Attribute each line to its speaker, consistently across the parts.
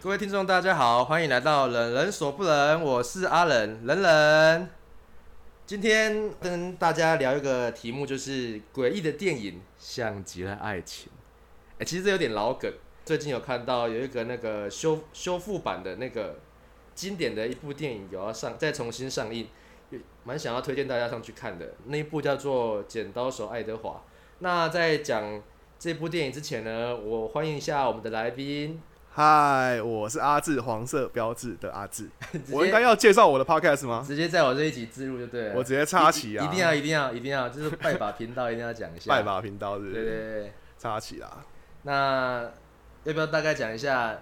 Speaker 1: 各位听众，大家好，欢迎来到《冷人所不冷》，我是阿冷，冷冷。今天跟大家聊一个题目，就是诡异的电影像极了爱情。哎、其实这有点老梗，最近有看到有一个那个修修复版的那个经典的一部电影有要上，再重新上映，也蛮想要推荐大家上去看的。那一部叫做《剪刀手爱德华》。那在讲这部电影之前呢，我欢迎一下我们的来宾，
Speaker 2: 嗨，我是阿志，黄色标志的阿志。
Speaker 1: 直接
Speaker 2: 我应该要介绍我的 podcast 吗？
Speaker 1: 直接在我这一集植入就对了。
Speaker 2: 啊我直接插旗啊！
Speaker 1: 一定要一定要一定要，就是拜把频道一定要讲一下。
Speaker 2: 拜。把频道是
Speaker 1: 对对
Speaker 2: 不是
Speaker 1: 对对。
Speaker 2: 插旗啦。
Speaker 1: 那要不要大概讲一下？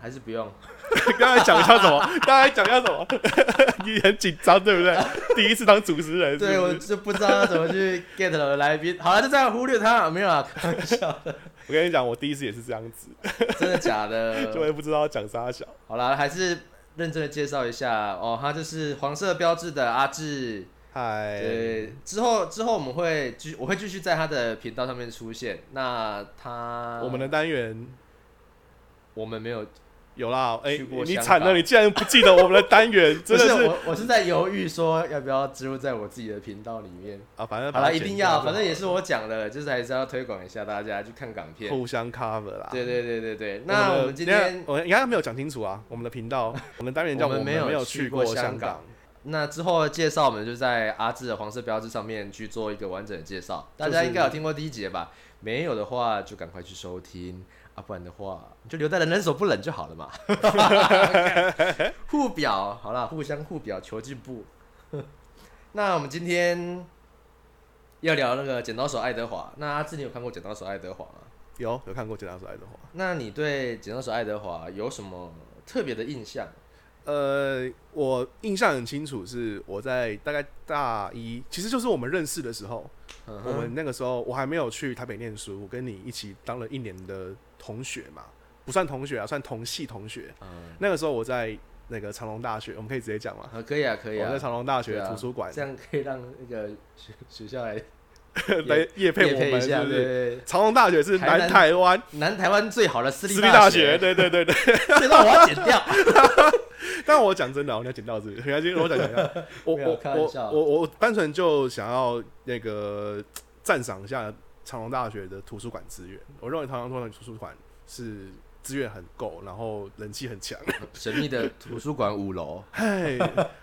Speaker 1: 还是不用？
Speaker 2: 刚才讲一 下什么？刚才讲一下什么？ 你很紧张对 不对？第一次当主持人是
Speaker 1: 对，
Speaker 2: 不
Speaker 1: 我
Speaker 2: 是
Speaker 1: 就不知道要怎么 去 get 我的来宾。好了，就这样忽略他，没有啊， 开玩笑的，
Speaker 2: 我跟你讲，我第一次也是这样子，
Speaker 1: 真的假
Speaker 2: 就
Speaker 1: 的？
Speaker 2: 会不知道要讲啥小。
Speaker 1: 好了，还是认真的介绍一下哦，他就是黄色标志的阿志。
Speaker 2: 嗨，
Speaker 1: 对，之后之后我们会继，我会继续在他的频道上面出现。那他
Speaker 2: 我们的单元
Speaker 1: 我们没有，
Speaker 2: 有啦。哎，
Speaker 1: 去过
Speaker 2: 你
Speaker 1: 香
Speaker 2: 惨
Speaker 1: 港
Speaker 2: 了，你竟然不记得我们的单元， 真的
Speaker 1: 不
Speaker 2: 是
Speaker 1: 我我是在犹豫说要不要植入在我自己的频道里面。
Speaker 2: 啊，反
Speaker 1: 好
Speaker 2: 正把
Speaker 1: 了，
Speaker 2: 它
Speaker 1: 一
Speaker 2: 剪
Speaker 1: 定
Speaker 2: 掉就
Speaker 1: 要，
Speaker 2: 好
Speaker 1: 反正也是我讲的，就是还是要推广一下大家去看港片。
Speaker 2: 互相 cover 啦。
Speaker 1: 对对对对对，那
Speaker 2: 啊的
Speaker 1: 我们今
Speaker 2: 等一下
Speaker 1: 天
Speaker 2: 我们你刚刚没有讲清楚啊，我们的频道，我们单元叫
Speaker 1: 我们
Speaker 2: 们
Speaker 1: 没有
Speaker 2: 有
Speaker 1: 去过
Speaker 2: 过
Speaker 1: 香
Speaker 2: 香
Speaker 1: 港，那之后的介绍，我们就在阿志的黄色标志上面去做一个完整的介绍。大
Speaker 2: 就是
Speaker 1: 家应该有听过第一节吧？没有的话就赶快去收听啊，不然的话你就留在人人手不冷就好了嘛。 互表好啦，互相互表求进步。 那我们今天要聊那个《剪刀手爱德华》。那阿志，你有看过《剪刀手爱德华》吗？
Speaker 2: 有有看过《剪刀手爱德华》。
Speaker 1: 那你对《剪刀手爱德华》有什么特别的印象？
Speaker 2: 呃，我印象很清楚，是我在大概大一，其实就是我们认识的时候，
Speaker 1: 嗯
Speaker 2: 我
Speaker 1: 哼
Speaker 2: 们那个时候我还没有去台北念书，我跟你一起当了一年的同学嘛，不算同学啊，算同系同学。
Speaker 1: 嗯，
Speaker 2: 那个时候我在那个长隆大学，我们可以直接讲嘛，
Speaker 1: 好可以啊，可以啊。
Speaker 2: 我在长隆大
Speaker 1: 对
Speaker 2: 学
Speaker 1: 啊
Speaker 2: 图书馆
Speaker 1: 这， 样可以让那个学学校来
Speaker 2: 来夜配
Speaker 1: 业
Speaker 2: 我
Speaker 1: 配一
Speaker 2: 们是
Speaker 1: 下，
Speaker 2: 不
Speaker 1: 对
Speaker 2: 是？
Speaker 1: 对对
Speaker 2: 长隆大学是
Speaker 1: 台
Speaker 2: 南
Speaker 1: 南
Speaker 2: 台湾
Speaker 1: 南台湾最好的私
Speaker 2: 私立
Speaker 1: 立
Speaker 2: 大
Speaker 1: 学
Speaker 2: 学，，对对对对。
Speaker 1: 这段我要剪掉。
Speaker 2: 但我讲真的哦，你要剪到这里，没关系，我讲讲一 下。我
Speaker 1: 没有
Speaker 2: 我
Speaker 1: 开玩笑
Speaker 2: 我我我单纯就想要那个呃赞赏一下长隆大学的图书馆资源。我认为长隆图书馆是资源很够，然后人气很强。
Speaker 1: 神秘的图书馆五楼，
Speaker 2: 嘿，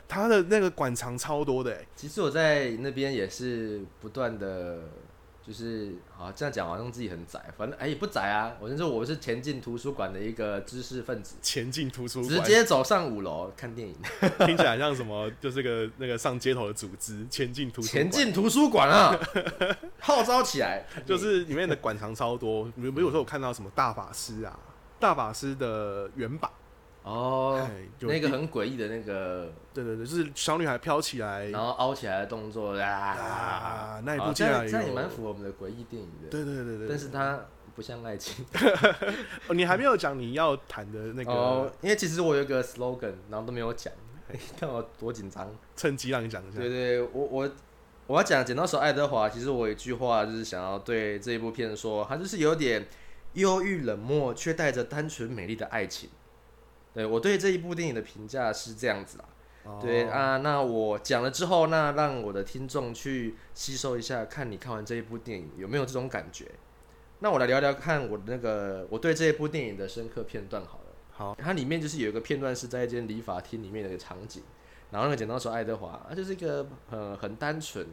Speaker 2: 他的那个馆藏超多的欸，
Speaker 1: 其实我在那边也是不断的，就是好这样讲好像自己很宅，反正哎也不宅啊，我就说我是前进图书馆的一个知识分子，
Speaker 2: 前进图书
Speaker 1: 直
Speaker 2: 馆，
Speaker 1: 接走上五楼看电影，
Speaker 2: 听起来像什么？就是个那个上街头的组织，前进图书
Speaker 1: 前
Speaker 2: 馆。
Speaker 1: 进图书馆啊， 号召起来，看
Speaker 2: 就
Speaker 1: 电影
Speaker 2: 是里面的馆藏超多，比如比如说我看到什么大法师啊，大法师的原版，
Speaker 1: 哦
Speaker 2: 哎，有
Speaker 1: 那个
Speaker 2: 一
Speaker 1: 很诡异的那个
Speaker 2: 对对对，就是小女孩飘起来
Speaker 1: 然后凹起来的动作啊，
Speaker 2: 啊，那一
Speaker 1: 好
Speaker 2: 部
Speaker 1: 这
Speaker 2: 竟然
Speaker 1: 样
Speaker 2: 有
Speaker 1: 这样也蛮符合我们的诡异电影的，
Speaker 2: 对对对对，
Speaker 1: 但是它不像爱情。
Speaker 2: 哦，你还没有讲你要谈的那
Speaker 1: 哦
Speaker 2: 个，，
Speaker 1: 因为其实我有一个 slogan，然后都没有讲，你看我多紧张。
Speaker 2: 趁机让你讲一下
Speaker 1: 对。对，我我我要讲《剪刀手爱德华》，其实我有一句话就是想要对这一部片说，它就是有点忧郁冷漠，却带着单纯美丽的爱情。对我对这一部电影的评价是这样子啦。
Speaker 2: 哦
Speaker 1: 对，啊，那我讲了之后，那让我的听众去吸收一下，看你看完这一部电影有没有这种感觉。那我来聊聊看我的那个我对这一部电影的深刻片段好了。
Speaker 2: 好，
Speaker 1: 它里面就是有一个片段是在一间理发厅里面的一个场景，然后那个剪刀手爱德华，他就是一个呃很单纯、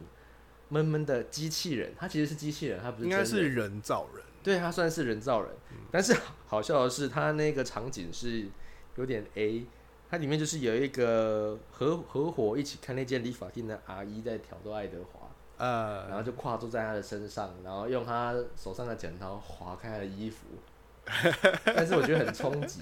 Speaker 1: 闷闷的机器人，他其实是机器人，他不是
Speaker 2: 应该
Speaker 1: 真人
Speaker 2: 是人造人，
Speaker 1: 对，它算是人造人，但是好笑的是，它那个场景是有点 A，它里面就是有一个合合伙一起看那件理发厅的阿姨在挑逗爱德华，然
Speaker 2: 呃，
Speaker 1: 后就跨坐在他的身上，然后用他手上的剪刀划开他的衣服， 但是我觉得很冲击，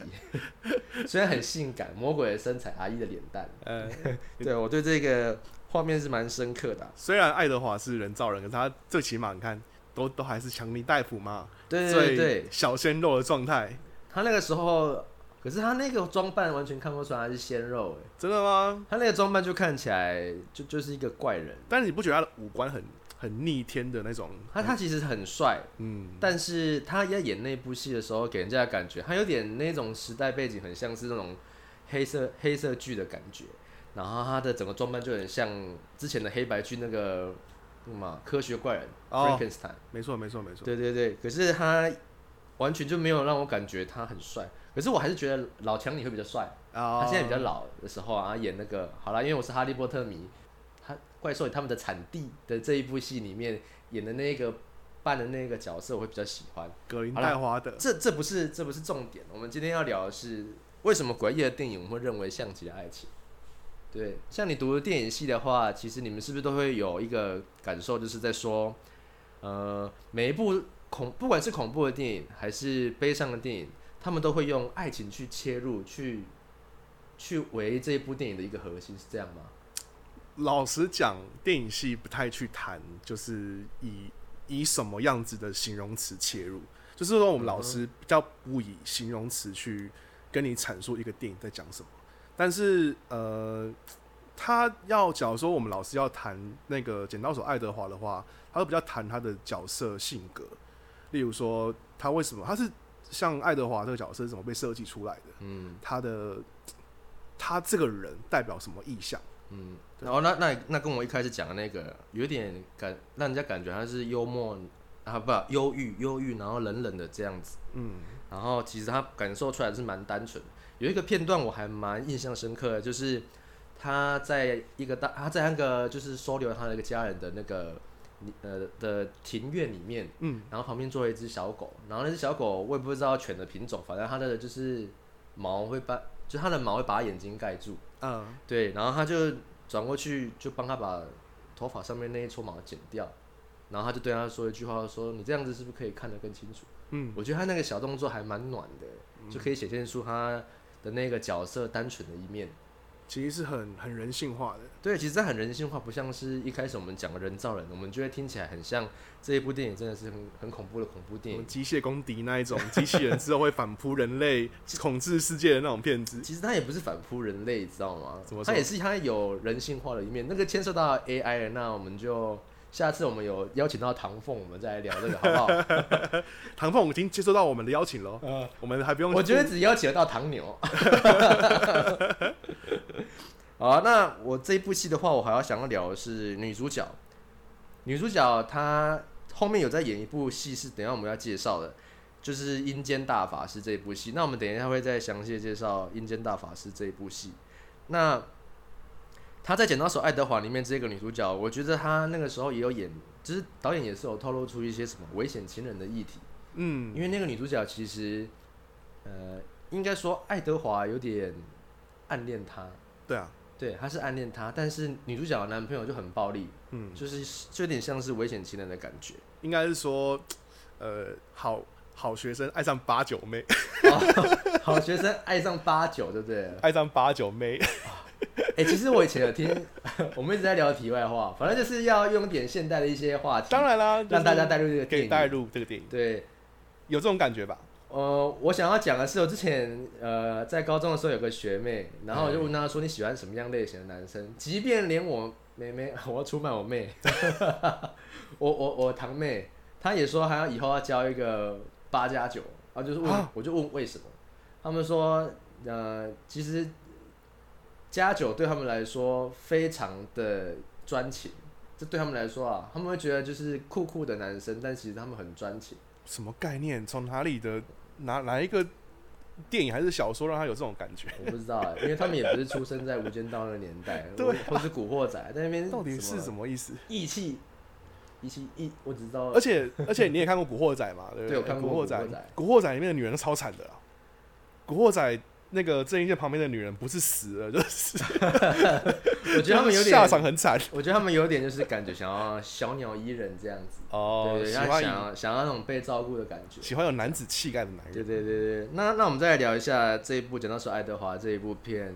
Speaker 1: 虽然很性感，魔鬼的身材，阿姨的脸蛋，
Speaker 2: 呃，
Speaker 1: 对我对这个画面是蛮深刻的啊、
Speaker 2: 虽然爱德华是人造人，可是他最起码你看，都都还是强尼戴普嘛，
Speaker 1: 对对对
Speaker 2: 最，小鲜肉的状态，
Speaker 1: 他那个时候，可是他那个装扮完全看不出来他是鲜肉、欸
Speaker 2: 真的吗？
Speaker 1: 他那个装扮就看起来就就是一个怪人，
Speaker 2: 但是你不觉得他的五官很很逆天的那种。
Speaker 1: 他他其实很帅，
Speaker 2: 嗯，
Speaker 1: 但是他要演那部戏的时候，给人家的感觉，他有点那种时代背景，很像是那种黑色黑色剧的感觉。然后他的整个装扮就很像之前的黑白剧那个那个嘛科学怪人、
Speaker 2: 哦
Speaker 1: Frankenstein。
Speaker 2: 没错没错没错。
Speaker 1: 对对对，可是他完全就没有让我感觉他很帅。可是我还是觉得老强你会比较帅。
Speaker 2: 啊，
Speaker 1: 他现在比较老的时候啊，他演那个好啦，因为我是哈利波特迷，他怪兽与他们的产地的这一部戏里面演的那个扮的那个角色，我会比较喜欢。
Speaker 2: 格林
Speaker 1: 好啦
Speaker 2: 戴华的
Speaker 1: 这这不是这不是重点，我们今天要聊的是为什么诡异的电影我们会认为像极了爱情。对，像你读的电影系的话，其实你们是不是都会有一个感受，就是在说，呃，每一部恐不管是恐怖的电影还是悲伤的电影，他们都会用爱情去切入，去去为这一部电影的一个核心，是这样吗？
Speaker 2: 老实讲，电影系不太去谈，就是以以什么样子的形容词切入，就是说我们老师比较不以形容词去跟你阐述一个电影在讲什么。但是呃，他要假如说我们老师要谈那个《剪刀手爱德华》的话，他会比较谈他的角色性格，例如说他为什么他是像爱德华这个角色是怎么被设计出来的，
Speaker 1: 嗯
Speaker 2: 他的他这个人代表什么意象。
Speaker 1: 嗯。
Speaker 2: 对
Speaker 1: 然后那那那跟我一开始讲的那个有点感，让人家感觉他是幽默啊，不忧郁忧郁，然后冷冷的这样子。
Speaker 2: 嗯，
Speaker 1: 然后其实他感受出来是蛮单纯的。有一个片段我还蛮印象深刻的，就是他在一个大他在那个就是收留他的一个家人的那个呃的庭院里面，
Speaker 2: 嗯，
Speaker 1: 然后旁边坐了一只小狗，然后那只小狗我也不知道犬的品种，反正它的就是毛会把就它的毛会把它眼睛盖住，
Speaker 2: 嗯，
Speaker 1: 对，然后他就转过去就帮他把头发上面那一撮毛剪掉，然后他就对他说一句话说你这样子是不是可以看得更清楚？
Speaker 2: 嗯，
Speaker 1: 我觉得他那个小动作还蛮暖的，就可以显现出他的那个角色单纯的一面。
Speaker 2: 其实是很很人性化的。
Speaker 1: 对，其实这很人性化，不像是一开始我们讲的人造人，我们就会听起来很像这一部电影真的是很很恐怖的恐怖电
Speaker 2: 什么
Speaker 1: 影。
Speaker 2: 机械公敌那一种， 机器人之后会反扑 人类、统治世界的那种骗子。
Speaker 1: 其实它也不是反扑人类，你知道吗
Speaker 2: 怎么？说
Speaker 1: 它也是它有人性化的一面。那个牵涉到 AI 了，那我们就下次我们有邀请到唐凤，我们再来聊这个好不好？
Speaker 2: 唐凤已经接收到我们的邀请喽，嗯我们还不用。
Speaker 1: 我觉得只邀请得到唐牛。好啊，那我这一部戏的话，我还要想要聊的是女主角。女主角她后面有在演一部戏，是等一下我们要介绍的，就是《阴间大法师》这一部戏。那我们等一下会再详细地介绍《阴间大法师》这一部戏。那她在《剪刀手爱德华》里面这个女主角，我觉得她那个时候也有演，就是导演也是有透露出一些什么危险情人的议题。
Speaker 2: 嗯，
Speaker 1: 因为那个女主角其实，呃，应该说爱德华有点暗恋她，
Speaker 2: 对啊，
Speaker 1: 对，她是暗恋她，但是女主角的男朋友就很暴力，
Speaker 2: 嗯，
Speaker 1: 就是就有点像是危险情人的感觉。
Speaker 2: 应该是说，呃，好好学生爱上八九妹，
Speaker 1: 好学生爱上八九，对不对？
Speaker 2: 爱上八九 妹，
Speaker 1: 哎、其实我以前有听， 我们一直在聊题外话，反正就是要用点现代的一些话题，
Speaker 2: 当然啦，
Speaker 1: 让大家带
Speaker 2: 入
Speaker 1: 入这个
Speaker 2: 可
Speaker 1: 电
Speaker 2: 以
Speaker 1: 影。
Speaker 2: 带入这个电影，
Speaker 1: 对，
Speaker 2: 有这种感觉吧？
Speaker 1: 呃，我想要讲的是，我之前呃在高中的时候有个学妹，然后我就问她说你喜欢什么样类型的男生？即便连我妹妹， 我要出卖我妹，我我我堂妹，她也说还要以后要交一个八加九，然后就是问、
Speaker 2: 啊
Speaker 1: 我就问为什么，他们说呃其实加九对他们来说非常的专情，这对他们来说啊，他们会觉得就是酷酷的男生，但其实他们很专情。
Speaker 2: 什么概念？从哪里的哪哪一个电影还是小说让他有这种感觉？
Speaker 1: 我不知道欸，因为他们也不是出生在《无间道》那个年 代，
Speaker 2: 对啊
Speaker 1: 或或是《古惑仔》在那边
Speaker 2: 到底是什
Speaker 1: 么
Speaker 2: 么意思？
Speaker 1: 义气？义气义，我只知道
Speaker 2: 而，且而且你也看过《古惑仔》嘛？对不
Speaker 1: 对
Speaker 2: 对，
Speaker 1: 我看过
Speaker 2: 古惑
Speaker 1: 古
Speaker 2: 仔
Speaker 1: 惑仔》。
Speaker 2: 古惑仔里面的女人都超惨的啦，《古惑仔》那个郑伊健旁边的女人不是死了， 就是
Speaker 1: 我觉得他们有
Speaker 2: 下
Speaker 1: 点，
Speaker 2: 场很惨
Speaker 1: 我觉得他们有点就是感觉想要小鸟依人这样子，
Speaker 2: 哦
Speaker 1: 对，
Speaker 2: 喜
Speaker 1: 他想
Speaker 2: 欢
Speaker 1: 要想要那种被照顾的感觉。
Speaker 2: 喜欢有男子气概的男
Speaker 1: 对
Speaker 2: 人。
Speaker 1: 对对对，那那我们再来聊一下这一部《剪刀手爱德华》这一部片，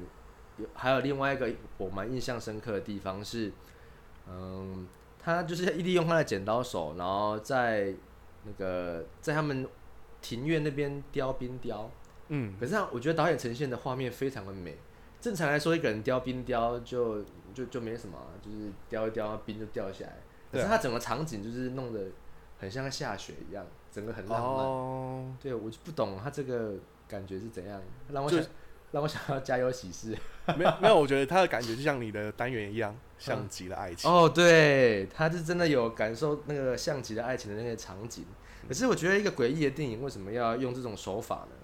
Speaker 1: 有还有另外一个我蛮印象深刻的地方是，嗯，他就是利用他的剪刀手，然后在那个在他们庭院那边雕冰雕，
Speaker 2: 嗯，
Speaker 1: 可是啊我觉得导演呈现的画面非常的美。正常来说，一个人雕冰雕就就就没什么啊，就是雕一雕冰就掉下来。可是它整个场景就是弄得很像下雪一样，整个很浪漫。
Speaker 2: 哦，
Speaker 1: 对，我就不懂它这个感觉是怎样，让我
Speaker 2: 就
Speaker 1: 想让我想要加油喜事。
Speaker 2: 没有没有，我觉得它的感觉就像你的单元一样，像极了爱情。
Speaker 1: 哦，对，他是真的有感受那个像极了爱情的那个场景。可是我觉得一个诡异的电影为什么要用这种手法呢？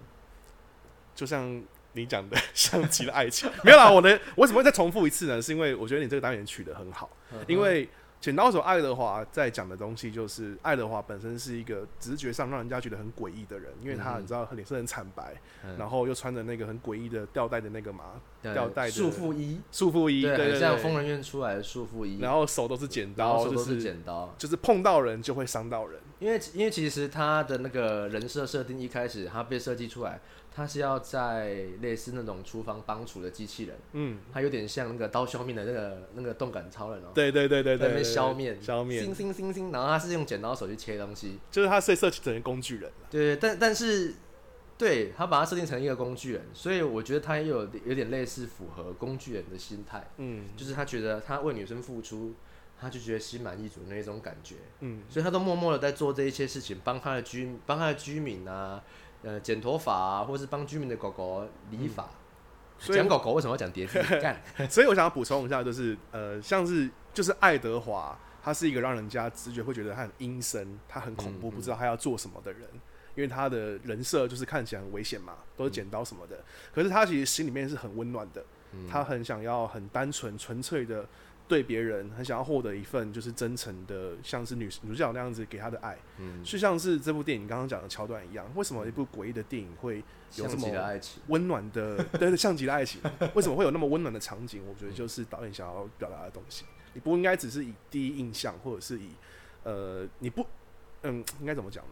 Speaker 2: 就像你讲的 像极了爱情。没有啦，我的我怎么会再重复一次呢？是因为我觉得你这个单元取得很好，因为《剪刀手爱德华》在讲的东西就是爱德华本身是一个直觉上让人家觉得很诡异的人，因为他
Speaker 1: 嗯
Speaker 2: 你知道脸色很惨白，
Speaker 1: 嗯
Speaker 2: 然后又穿着那个很诡异的吊带的那个嘛
Speaker 1: 对
Speaker 2: 吊带的
Speaker 1: 束缚衣，
Speaker 2: 束缚衣，对
Speaker 1: 对，很
Speaker 2: 对
Speaker 1: 像
Speaker 2: 对，
Speaker 1: 疯人院出来的束缚衣，
Speaker 2: 然后手都是剪
Speaker 1: 然后
Speaker 2: 刀，
Speaker 1: 手
Speaker 2: 就
Speaker 1: 都是
Speaker 2: 是
Speaker 1: 剪刀。
Speaker 2: 就是碰到人就会伤到人。
Speaker 1: 因为因为其实他的那个人设设定一开始他被设计出来，他是要在类似那种厨房帮厨的机器人，
Speaker 2: 嗯，
Speaker 1: 他有点像那个刀削面的那个那个动感超人哦，
Speaker 2: 对对对对
Speaker 1: 在
Speaker 2: 对
Speaker 1: 那
Speaker 2: 对，
Speaker 1: 边削面，
Speaker 2: 消灭
Speaker 1: 星，星星星，然后他是用剪刀手去切东西，
Speaker 2: 就是他被设计成为工具人了。
Speaker 1: 对，但但是对他把它设定成一个工具人，所以我觉得他也有有点类似符合工具人的心态，
Speaker 2: 嗯
Speaker 1: 就是他觉得他为女生付出，他就觉得心满意足那种感觉，
Speaker 2: 嗯，
Speaker 1: 所以他都默默的在做这一些事情，帮他的居帮他的居民啊，呃，剪头发啊，或是帮居民的狗狗理发。
Speaker 2: 嗯所以
Speaker 1: 讲狗狗为什么要讲叠字？ 干，
Speaker 2: 所以我想要补充一下，就是呃，像是就是爱德华，他是一个让人家直觉会觉得他很阴森，他很恐怖，
Speaker 1: 嗯嗯
Speaker 2: 不知道他要做什么的人，因为他的人设就是看起来很危险嘛，都是剪刀什么的。可是他其实心里面是很温暖的，
Speaker 1: 嗯
Speaker 2: 他很想要很单纯纯粹的对别人，很想要获得一份就是真诚的，像是女女主角那样子给他的爱，
Speaker 1: 嗯，
Speaker 2: 就像是这部电影刚刚讲的桥段一样。为什么一部诡异的电影会有
Speaker 1: 像
Speaker 2: 这
Speaker 1: 极了
Speaker 2: 么
Speaker 1: 爱情。
Speaker 2: 温暖的， 对对，像极了爱情。为什么会有那么温暖的场景？我觉得
Speaker 1: 嗯
Speaker 2: 就是导演想要表达的东西。你不应该只是以第一印象，或者是以呃，你不，嗯，应该怎么讲呢？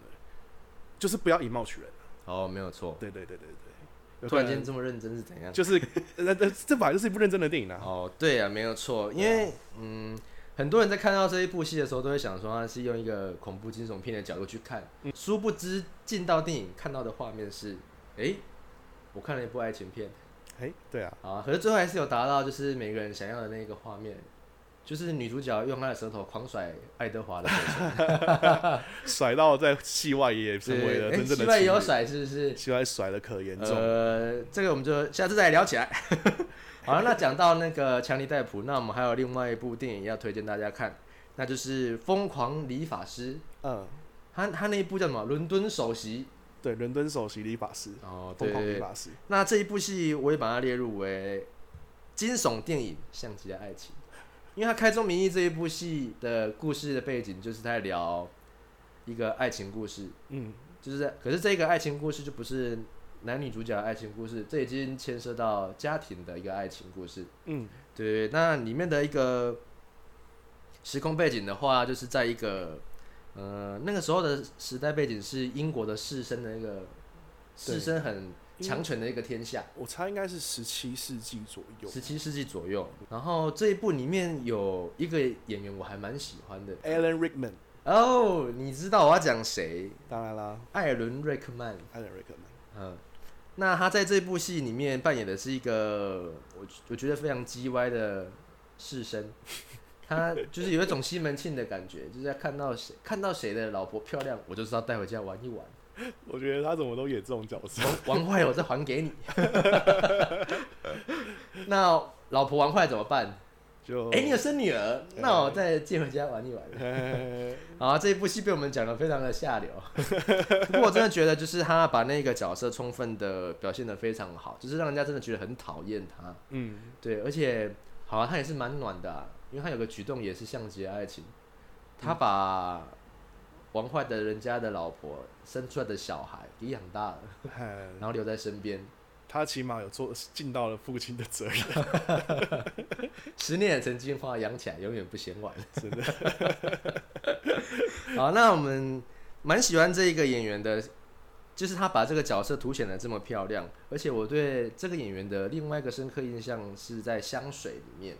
Speaker 2: 就是不要以貌取人。啊
Speaker 1: 哦，没有错。
Speaker 2: 对对对对对，有
Speaker 1: 突然
Speaker 2: 可能
Speaker 1: 间这么认真是怎样？
Speaker 2: 就是， 呃，呃这本来就是一部认真的电影啊。
Speaker 1: 哦，对啊，没有错，因为嗯，很多人在看到这一部戏的时候，都会想说它是用一个恐怖惊悚片的角度去看，
Speaker 2: 嗯
Speaker 1: 殊不知进到电影看到的画面是，诶，我看了一部爱情片
Speaker 2: 哎、对啊，
Speaker 1: 啊，可是最后还是有达到就是每个人想要的那个画面。就是女主角用她的舌头狂甩爱德华的 手机，
Speaker 2: 甩到在戏外也成为了
Speaker 1: 对
Speaker 2: 真正的
Speaker 1: 诶戏外也
Speaker 2: 情
Speaker 1: 有
Speaker 2: 侣，
Speaker 1: 甩是不是？
Speaker 2: 戏外甩的可严重。
Speaker 1: 呃，这个我们就下次再聊起来。 好了，那讲到那个强尼戴普，那我们还有另外一部电影要推荐大家看，那就是《疯狂理发师》。
Speaker 2: 嗯，
Speaker 1: 他他那一部叫什么？伦敦首席。
Speaker 2: 对，伦敦首席理发师，
Speaker 1: 哦，
Speaker 2: 疯
Speaker 1: 对
Speaker 2: 狂
Speaker 1: 对
Speaker 2: 理
Speaker 1: 对。
Speaker 2: 发师。
Speaker 1: 那这一部戏我也把它列入为惊悚电影《像极了爱情》，因为他开宗明义这一部戏的故事的背景就是在聊一个爱情故事，
Speaker 2: 嗯，
Speaker 1: 就是在，可是这个爱情故事就不是男女主角的爱情故事，这已经牵涉到家庭的一个爱情故事。
Speaker 2: 嗯，
Speaker 1: 对，那里面的一个时空背景的话，就是在一个呃那个时候的时代背景是英国的士绅的一个士绅很强权的一个天下，
Speaker 2: 我猜应该是十七世纪左右。
Speaker 1: 十七世纪左右。然后这一部里面有一个演员我还蛮喜欢的
Speaker 2: Alan Rickman，
Speaker 1: 哦，你知道我要讲谁？
Speaker 2: 当然啦
Speaker 1: 艾伦·瑞克曼。
Speaker 2: ，Alan Rickman，
Speaker 1: 嗯，那他在这部戏里面扮演的是一个我我觉得非常叽歪的士绅，他就是有一种西门庆的感觉，就是要看到谁看到谁的老婆漂亮，我就知道带回家玩一玩，
Speaker 2: 我觉得他怎么都演这种角色，
Speaker 1: 玩坏了我再还给你。 那老婆玩坏怎么办？
Speaker 2: 就
Speaker 1: 哎、你有生女儿，那我再借回家玩一玩。
Speaker 2: 哎
Speaker 1: 啊，这一部戏被我们讲的非常的下流， 不过我真的觉得就是他把那个角色充分的表现的非常好，就是让人家真的觉得很讨厌他。
Speaker 2: 嗯，
Speaker 1: 对，而且好啊，他也是蛮暖的、啊，因为他有个举动也是像极了爱情，他把玩坏的人家的老婆生出来的小孩给养大了，
Speaker 2: 哎
Speaker 1: 然后留在身边，
Speaker 2: 他起码有做尽到了父亲的责任，
Speaker 1: 十年的曾经话养起来永远不嫌晚。
Speaker 2: 真的。
Speaker 1: 好，那我们蛮喜欢这一个演员的，就是他把这个角色凸显的这么漂亮，而且我对这个演员的另外一个深刻印象是在《香水》里面。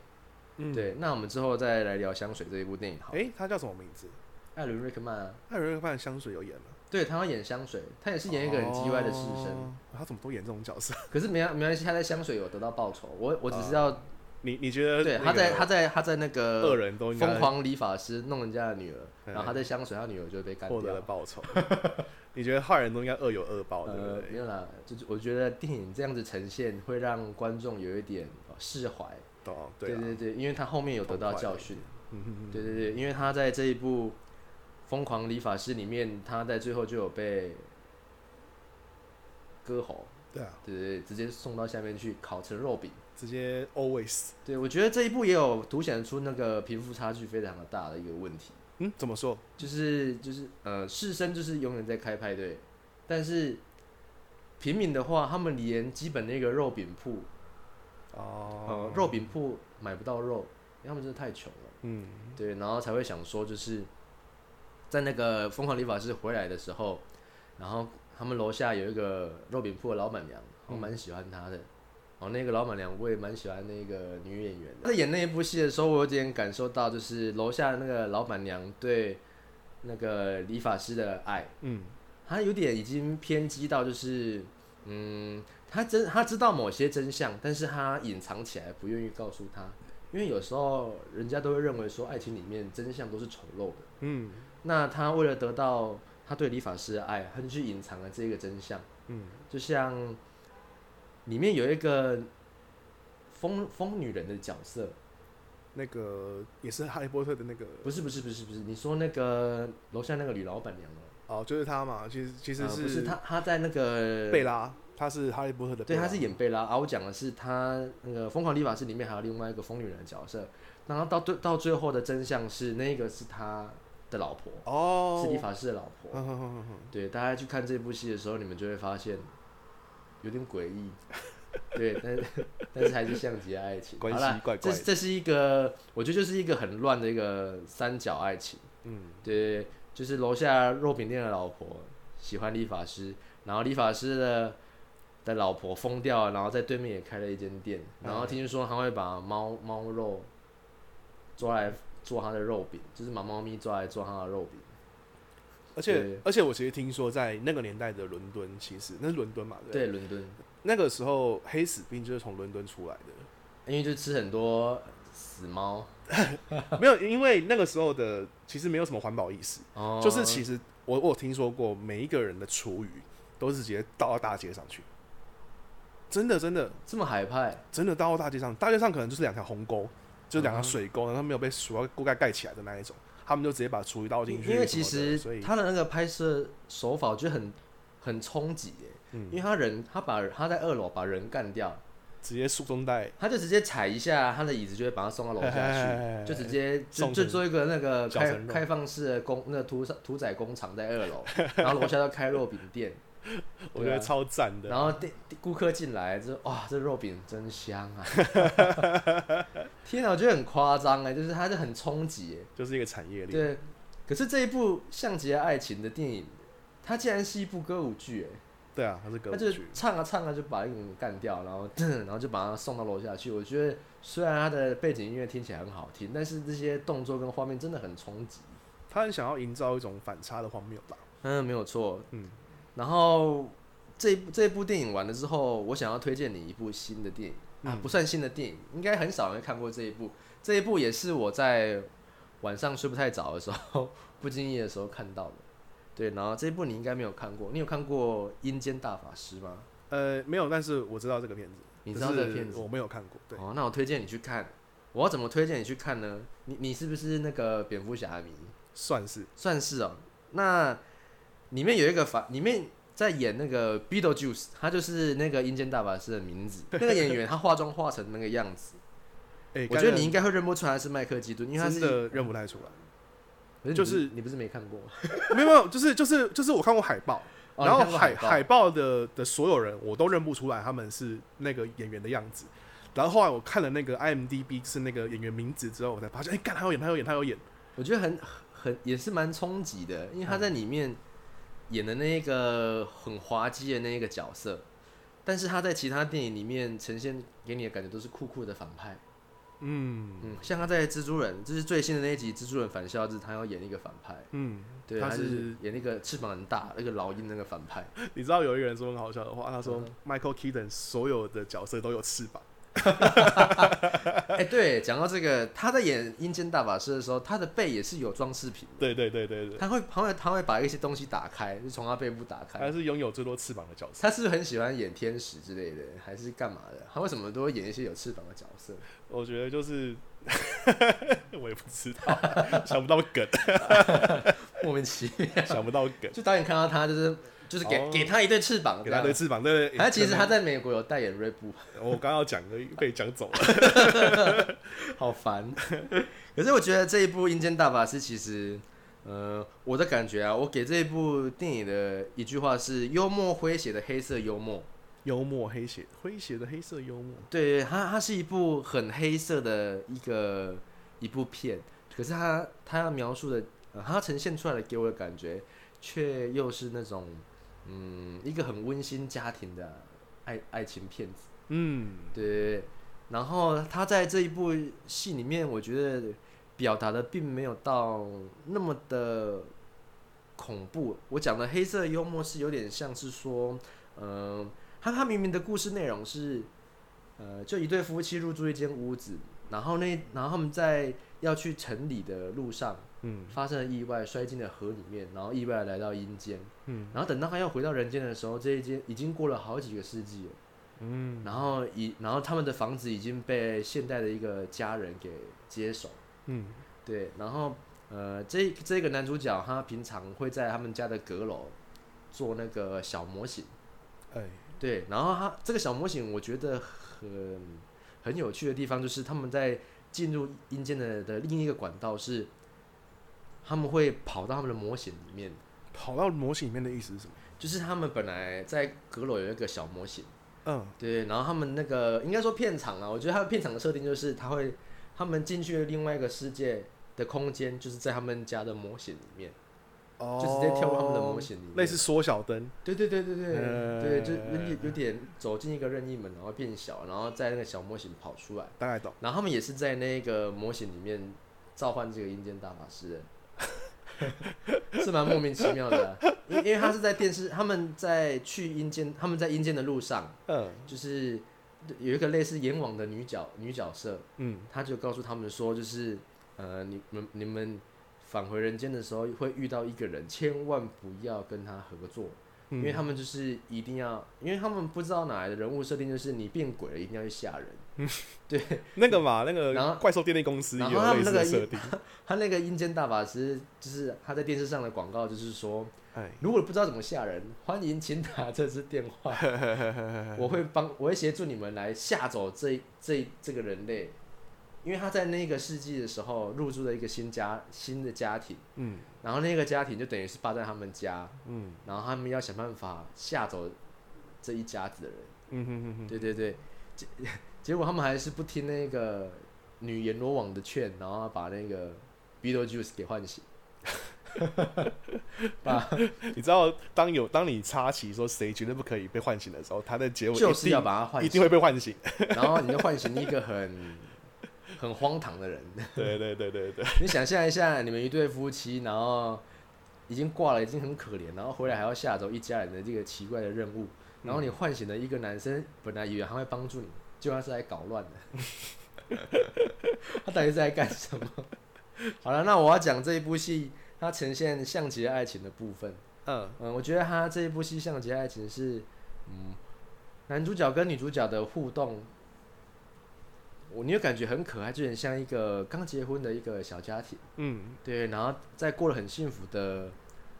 Speaker 2: 嗯，
Speaker 1: 对，那我们之后再来聊《香水》这一部电影好了。
Speaker 2: 哎、他叫什么名字？
Speaker 1: 艾伦·瑞克曼、啊，
Speaker 2: 艾伦·曼香水有演吗？
Speaker 1: 对他要演《香水》，他也是演一个很叽歪的士绅，
Speaker 2: 哦哦他怎么都演这种角色？
Speaker 1: 可是没没关系，他在《香水》有得到报酬。我我只是要
Speaker 2: 你你觉得、
Speaker 1: 对，
Speaker 2: 啊那
Speaker 1: 他在
Speaker 2: 个
Speaker 1: 他在他在那个
Speaker 2: 恶人都应该
Speaker 1: 疯狂理发师弄人家的女儿，
Speaker 2: 嗯
Speaker 1: 然后他在香水，他女儿就会被干
Speaker 2: 获得
Speaker 1: 掉
Speaker 2: 了。报酬？ 你觉得坏人都应该恶有恶报，对不
Speaker 1: 啊呃，没
Speaker 2: 对？
Speaker 1: 有啦，就是我觉得电影这样子呈现会让观众有一点哦释怀。
Speaker 2: 懂对
Speaker 1: 对
Speaker 2: 啊，
Speaker 1: 对对，因为他后面有得到教训。
Speaker 2: 嗯哼哼
Speaker 1: 对对对，因为他在这一部《疯狂理发师》里面，他在最后就有被割喉，
Speaker 2: 对啊，
Speaker 1: 对对对，直接送到下面去烤成肉饼。
Speaker 2: 直接 always，
Speaker 1: 对，我觉得这一部也有凸显出那个贫富差距非常的大的一个问题，
Speaker 2: 嗯，怎么说？
Speaker 1: 就是就是呃，士绅就是永远在开派对，但是平民的话，他们连基本那个肉饼铺，
Speaker 2: 哦
Speaker 1: 呃，，肉饼铺买不到肉，因为他们真的太穷了。
Speaker 2: 嗯，
Speaker 1: 对，然后才会想说，就是在那个疯狂理发师回来的时候，然后他们楼下有一个肉饼铺的老板娘，我
Speaker 2: 嗯
Speaker 1: 蛮喜欢她的。哦，那个老板娘我也蛮喜欢那个女演员的。在演那一部戏的时候，我有点感受到，就是楼下的那个老板娘对那个理发师的爱，
Speaker 2: 嗯，
Speaker 1: 她有点已经偏激到，就是嗯，她真她知道某些真相，但是她隐藏起来，不愿意告诉她。因为有时候人家都会认为说，爱情里面真相都是丑陋的。
Speaker 2: 嗯，
Speaker 1: 那他为了得到他对理发师的爱，他就去隐藏了这个真相。
Speaker 2: 嗯，
Speaker 1: 就像里面有一个疯疯女人的角色，
Speaker 2: 那个也是哈利波特的那个，
Speaker 1: 不是不是不是不是，你说那个楼下那个女老板娘吗？
Speaker 2: 哦，就是他嘛，其实其实
Speaker 1: 呃不是她，她在那个
Speaker 2: 贝拉，他是哈利波特的贝
Speaker 1: 对，
Speaker 2: 拉，
Speaker 1: 她是演贝拉。啊，我讲的是她那个《疯狂理发师》里面还有另外一个疯女人的角色，然后到最到最后的真相是那个是她的老婆，
Speaker 2: 哦，
Speaker 1: 是理发师的老婆。
Speaker 2: 哼哼哼哼哼
Speaker 1: 对，大家去看这部戏的时候，你们就会发现有点诡异，对，但是但是还是像极了爱情。
Speaker 2: 关系
Speaker 1: 好啦
Speaker 2: 怪怪
Speaker 1: 这
Speaker 2: 的
Speaker 1: 是这是一个，我觉得就是一个很乱的一个三角爱情。
Speaker 2: 嗯，
Speaker 1: 对，就是楼下肉饼店的老婆喜欢理发师，然后理发师的的老婆疯掉了，然后在对面也开了一间店，
Speaker 2: 嗯
Speaker 1: 然后听说他会把猫猫肉抓来做他的肉饼，就是把猫咪抓来做他的肉饼。
Speaker 2: 而且
Speaker 1: 对
Speaker 2: 而且我其实听说，在那个年代的伦敦，其实那是伦敦嘛，对不对，
Speaker 1: 对，伦敦。
Speaker 2: 那个时候黑死病就是从伦敦出来的，
Speaker 1: 因为就吃很多死猫，
Speaker 2: 没有，因为那个时候的其实没有什么环保意识，
Speaker 1: 哦，
Speaker 2: 就是其实我我有听说过，每一个人的厨余都是直接倒到大街上去，真的真的
Speaker 1: 这么海派，
Speaker 2: 真的倒到大街上，大街上可能就是两条鸿沟，就是两条水沟，然后没有被水沟盖盖起来的那一种，他们就直接把厨余倒进去什么的。
Speaker 1: 因为其实
Speaker 2: 所以
Speaker 1: 他的那个拍摄手法，我觉得很很冲击耶，
Speaker 2: 嗯
Speaker 1: 因为他人他把他在二楼把人干掉，
Speaker 2: 直接束中带
Speaker 1: 他就直接踩一下他的椅子，就会把他送到楼下去，就直接就
Speaker 2: 送
Speaker 1: 就
Speaker 2: 成
Speaker 1: 做一个那个
Speaker 2: 绞
Speaker 1: 开
Speaker 2: 成肉
Speaker 1: 开放式的工那个屠宰屠宰工厂在二楼，然后楼下要开肉饼店，
Speaker 2: 我觉得超赞的。
Speaker 1: 然后店店顾客进来之后，哇，这肉饼真香 啊！天啊，我觉得很夸张哎，就是他是很冲击耶。
Speaker 2: 就是一个产业链，
Speaker 1: 对，可是这一部《像极了爱情》的电影，它竟然是一部歌舞剧，哎，
Speaker 2: 对啊，它是歌
Speaker 1: 它
Speaker 2: 舞
Speaker 1: 就是
Speaker 2: 剧，
Speaker 1: 唱啊唱啊就把一个人干掉，然后 然后就把他送到楼下去。我觉得虽然它的背景音乐听起来很好听，但是这些动作跟画面真的很冲击。
Speaker 2: 他很想要营造一种反差的荒谬吧。
Speaker 1: 嗯，没有错。
Speaker 2: 嗯，
Speaker 1: 然后这一部这一部电影完了之后，我想要推荐你一部新的电影、
Speaker 2: 嗯
Speaker 1: 啊，不算新的电影，应该很少人会看过这一部。这一部也是我在晚上睡不太着的时候，不经意的时候看到的。对，然后这一部你应该没有看过，你有看过《阴间大法师》吗？
Speaker 2: 呃，没有，但是我知道这个片子，
Speaker 1: 你知道这个片
Speaker 2: 只
Speaker 1: 子
Speaker 2: 是我没有看过。对，
Speaker 1: 哦，那我推荐你去看。我要怎么推荐你去看呢？你你是不是那个蝙蝠侠迷？
Speaker 2: 算是
Speaker 1: 算是哦。那里面有一个法，里面在演那个 Beetlejuice，他就是那个阴间大法师的名 字。那个演员他化妆化成那个样子，
Speaker 2: 哎，
Speaker 1: 我觉得你应该会认不出来是麦克基顿，因为他
Speaker 2: 真
Speaker 1: 是
Speaker 2: 的认不太出来。
Speaker 1: 可你
Speaker 2: 就
Speaker 1: 不是
Speaker 2: 是
Speaker 1: 你不是没看过？
Speaker 2: 没有没有，就是就是就是我看过海报，
Speaker 1: 哦
Speaker 2: 然
Speaker 1: 你
Speaker 2: 后
Speaker 1: 看过
Speaker 2: 海
Speaker 1: 报
Speaker 2: 海报的的所有人我都认不出来他们是那个演员的样子。然后后来我看了那个 IMDB 是那个演员名字之后，我才发现，哎、干他有演，他有演，他有演。
Speaker 1: 我觉得很很也是蛮冲击的，因为他在里面演的那个很滑稽的那一个角色，但是他在其他电影里面呈现给你的感觉都是酷酷的反派。
Speaker 2: 嗯
Speaker 1: 嗯，像他在《蜘蛛人》，就是最新的那一集《蜘蛛人返校日》，他要演一个反派。
Speaker 2: 嗯，
Speaker 1: 对，
Speaker 2: 他
Speaker 1: 他就是是演那个翅膀很大那个老鹰那个反派。
Speaker 2: 你知道有一个人说很好笑的话，他说
Speaker 1: 嗯
Speaker 2: Michael Keaton 所有的角色都有翅膀，
Speaker 1: 哎、对，讲到这个，他在演《阴间大法师》的时候，他的背也是有装饰品的，
Speaker 2: 对对对对对，
Speaker 1: 他会他会他会把一些东西打开，就从他背部打
Speaker 2: 他
Speaker 1: 开。
Speaker 2: 是拥有最多翅膀的角色。
Speaker 1: 他是不是很喜欢演天使之类的，还是干嘛的？他为什么都会演一些有翅膀的角色？
Speaker 2: 我觉得就是 我也不知道， 想不到梗，
Speaker 1: 莫名其妙，
Speaker 2: 想不到梗，
Speaker 1: 就导演看到他就是就是给、
Speaker 2: 哦
Speaker 1: 给他一对翅膀，
Speaker 2: 给他
Speaker 1: 这
Speaker 2: 对
Speaker 1: 样。
Speaker 2: 翅膀。对，对
Speaker 1: 他其实他
Speaker 2: 可
Speaker 1: 在美国有代言锐步，
Speaker 2: 能 我刚刚要讲的被讲走了。
Speaker 1: 好烦。 可是我觉得这一部《阴间大法师》其实，呃，我的感觉啊，我给这一部电影的一句话是幽默诙谐的黑色幽默。
Speaker 2: 幽默黑血，诙谐的黑色幽默。
Speaker 1: 对，它它是一部很黑色的一个一部片，可是它它要描述的，呃它呈现出来的给我的感觉，却又是那种嗯一个很温馨家庭的爱爱情片子。
Speaker 2: 嗯，
Speaker 1: 对，然后他在这一部戏里面，我觉得表达的并没有到那么的恐怖。我讲的黑色幽默是有点像是说，嗯、他他明明的故事内容是，呃，就一对夫妻入住一间屋子，然后那然后他们在要去城里的路上
Speaker 2: 嗯
Speaker 1: 发生了意外，摔进了河里面，然后意外地来到阴间，
Speaker 2: 嗯
Speaker 1: 然后等到他要回到人间的时候，这一间已经过了好几个世纪了。
Speaker 2: 嗯
Speaker 1: 然后以然后他们的房子已经被现代的一个家人给接手，
Speaker 2: 嗯
Speaker 1: 对，然后呃这这个男主角他平常会在他们家的阁楼做那个小模型，
Speaker 2: 哎，
Speaker 1: 对，然后他这个小模型我觉得很很有趣的地方就是他们在进入阴间的的另一个管道是。他们会跑到他们的模型里面，
Speaker 2: 跑到模型里面的意思是什么？
Speaker 1: 就是他们本来在阁楼有一个小模型。
Speaker 2: 嗯
Speaker 1: 对，然后他们那个应该说片场啊，我觉得他们片场的设定就是他会，他们进去另外一个世界的空间，就是在他们家的模型里面，
Speaker 2: 哦
Speaker 1: 就直接跳入他们的模，型里面。
Speaker 2: 类似缩小灯。
Speaker 1: 对对对对对、
Speaker 2: 呃
Speaker 1: 对，就有点有点走进一个任意门，然后变小，然后在那个小模型跑出来，
Speaker 2: 大概懂，
Speaker 1: 然后他们也是在那个模型里面召唤这个阴间大法师的。是蛮莫名其妙的啊、因因为他是在电视，他们在去阴间，他们在阴间的路上，
Speaker 2: 嗯
Speaker 1: 就是有一个类似阎王的女角女角色，
Speaker 2: 嗯
Speaker 1: 她就告诉他们说，就是呃，你们你们返回人间的时候会遇到一个人，千万不要跟他合作，
Speaker 2: 嗯，
Speaker 1: 因为他们就是一定要，因为他们不知道哪来的人物设定，就是你变鬼了一定要去吓人。
Speaker 2: 那个嘛，那
Speaker 1: 然
Speaker 2: 个
Speaker 1: 后
Speaker 2: 怪兽电力公司也
Speaker 1: 然后
Speaker 2: 有
Speaker 1: 他
Speaker 2: 类
Speaker 1: 们
Speaker 2: 似
Speaker 1: 那
Speaker 2: 的
Speaker 1: 个
Speaker 2: 设定。
Speaker 1: 他那个阴间大法师，就是他在电视上的广告，就是说，
Speaker 2: 哎，
Speaker 1: 如果不知道怎么吓人，欢迎请打这支电 话，我会帮，我会协助你们来吓走这这这个人类，因为他在那个世纪的时候入住了一个新家新的家庭，
Speaker 2: 嗯
Speaker 1: 然后那个家庭就等于是霸占他们家，
Speaker 2: 嗯
Speaker 1: 然后他们要想办法吓走这一家子的人，
Speaker 2: 嗯哼哼哼，
Speaker 1: 对对对，结结果他们还是不听那个女阎罗王的劝，然后把那个 Beetlejuice 给唤醒。
Speaker 2: 你知道，当有当你插旗说谁绝对不可以被唤醒的时候，他的结尾
Speaker 1: 就是
Speaker 2: 一定
Speaker 1: 要把它唤
Speaker 2: 一
Speaker 1: 醒，
Speaker 2: 定会被唤醒。
Speaker 1: 然后你就唤醒一个很很荒唐的人。
Speaker 2: 对对对对对，
Speaker 1: 你想象一下，你们一对夫妻，然后已经挂了，已经很可怜，然后回来还要吓走一家人的这个奇怪的任务，然后你唤醒了一个男生，本来以为他会帮助你，结果他是来搞乱的。 他到底是在干什么？ 好了，那我要讲这一部戏，它呈现象棋的爱情的部分。
Speaker 2: 嗯
Speaker 1: 嗯，我觉得他这一部戏《象棋爱情》是，嗯，男主角跟女主角的互动，我你有感觉很可爱，就很像一个刚结婚的一个小家庭，
Speaker 2: 嗯
Speaker 1: 对，然后在过了很幸福的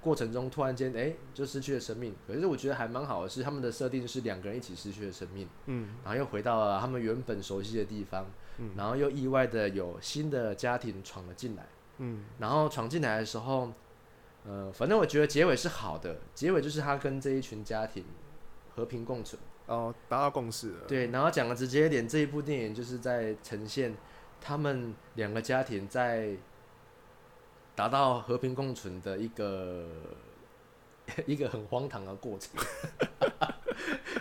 Speaker 1: 过程中，突然间哎、就失去了生命。可是我觉得还蛮好的是，他们的设定是两个人一起失去了生命，
Speaker 2: 嗯
Speaker 1: 然后又回到了他们原本熟悉的地方，然后又意外的有新的家庭闯了进来。
Speaker 2: 嗯
Speaker 1: 然后闯进来的时候，呃，反正我觉得结尾是好的，结尾就是他跟这一群家庭和平共存。
Speaker 2: 哦，达到共识了。
Speaker 1: 对，然后讲的直接一点，这一部电影就是在呈现他们两个家庭在达到和平共存的一个 一个很荒唐的过程，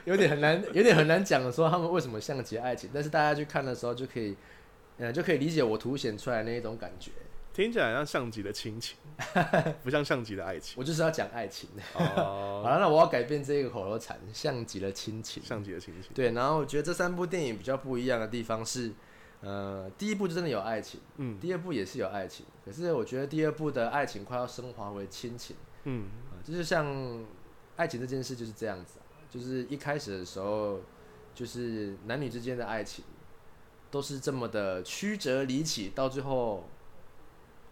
Speaker 1: 有点很难，有点很难讲说他们为什么像极爱情，但是大家去看的时候就可以，呃，就可以理解我凸显出来那一种感觉。
Speaker 2: 听起来像像极了 亲情，不像像极了爱情
Speaker 1: 我就是要讲爱情。好
Speaker 2: 哦，
Speaker 1: 了，那我要改变这个口头禅，像极了亲情。
Speaker 2: 像极了亲情。
Speaker 1: 对，然后我觉得这三部电影比较不一样的地方是，呃，第一部就真的有爱情，
Speaker 2: 嗯
Speaker 1: 第二部也是有爱情，可是我觉得第二部的爱情快要升华为亲情，
Speaker 2: 嗯
Speaker 1: 啊就是像爱情这件事就是这样子啊、就是一开始的时候，就是男女之间的爱情都是这么的曲折离奇，到最后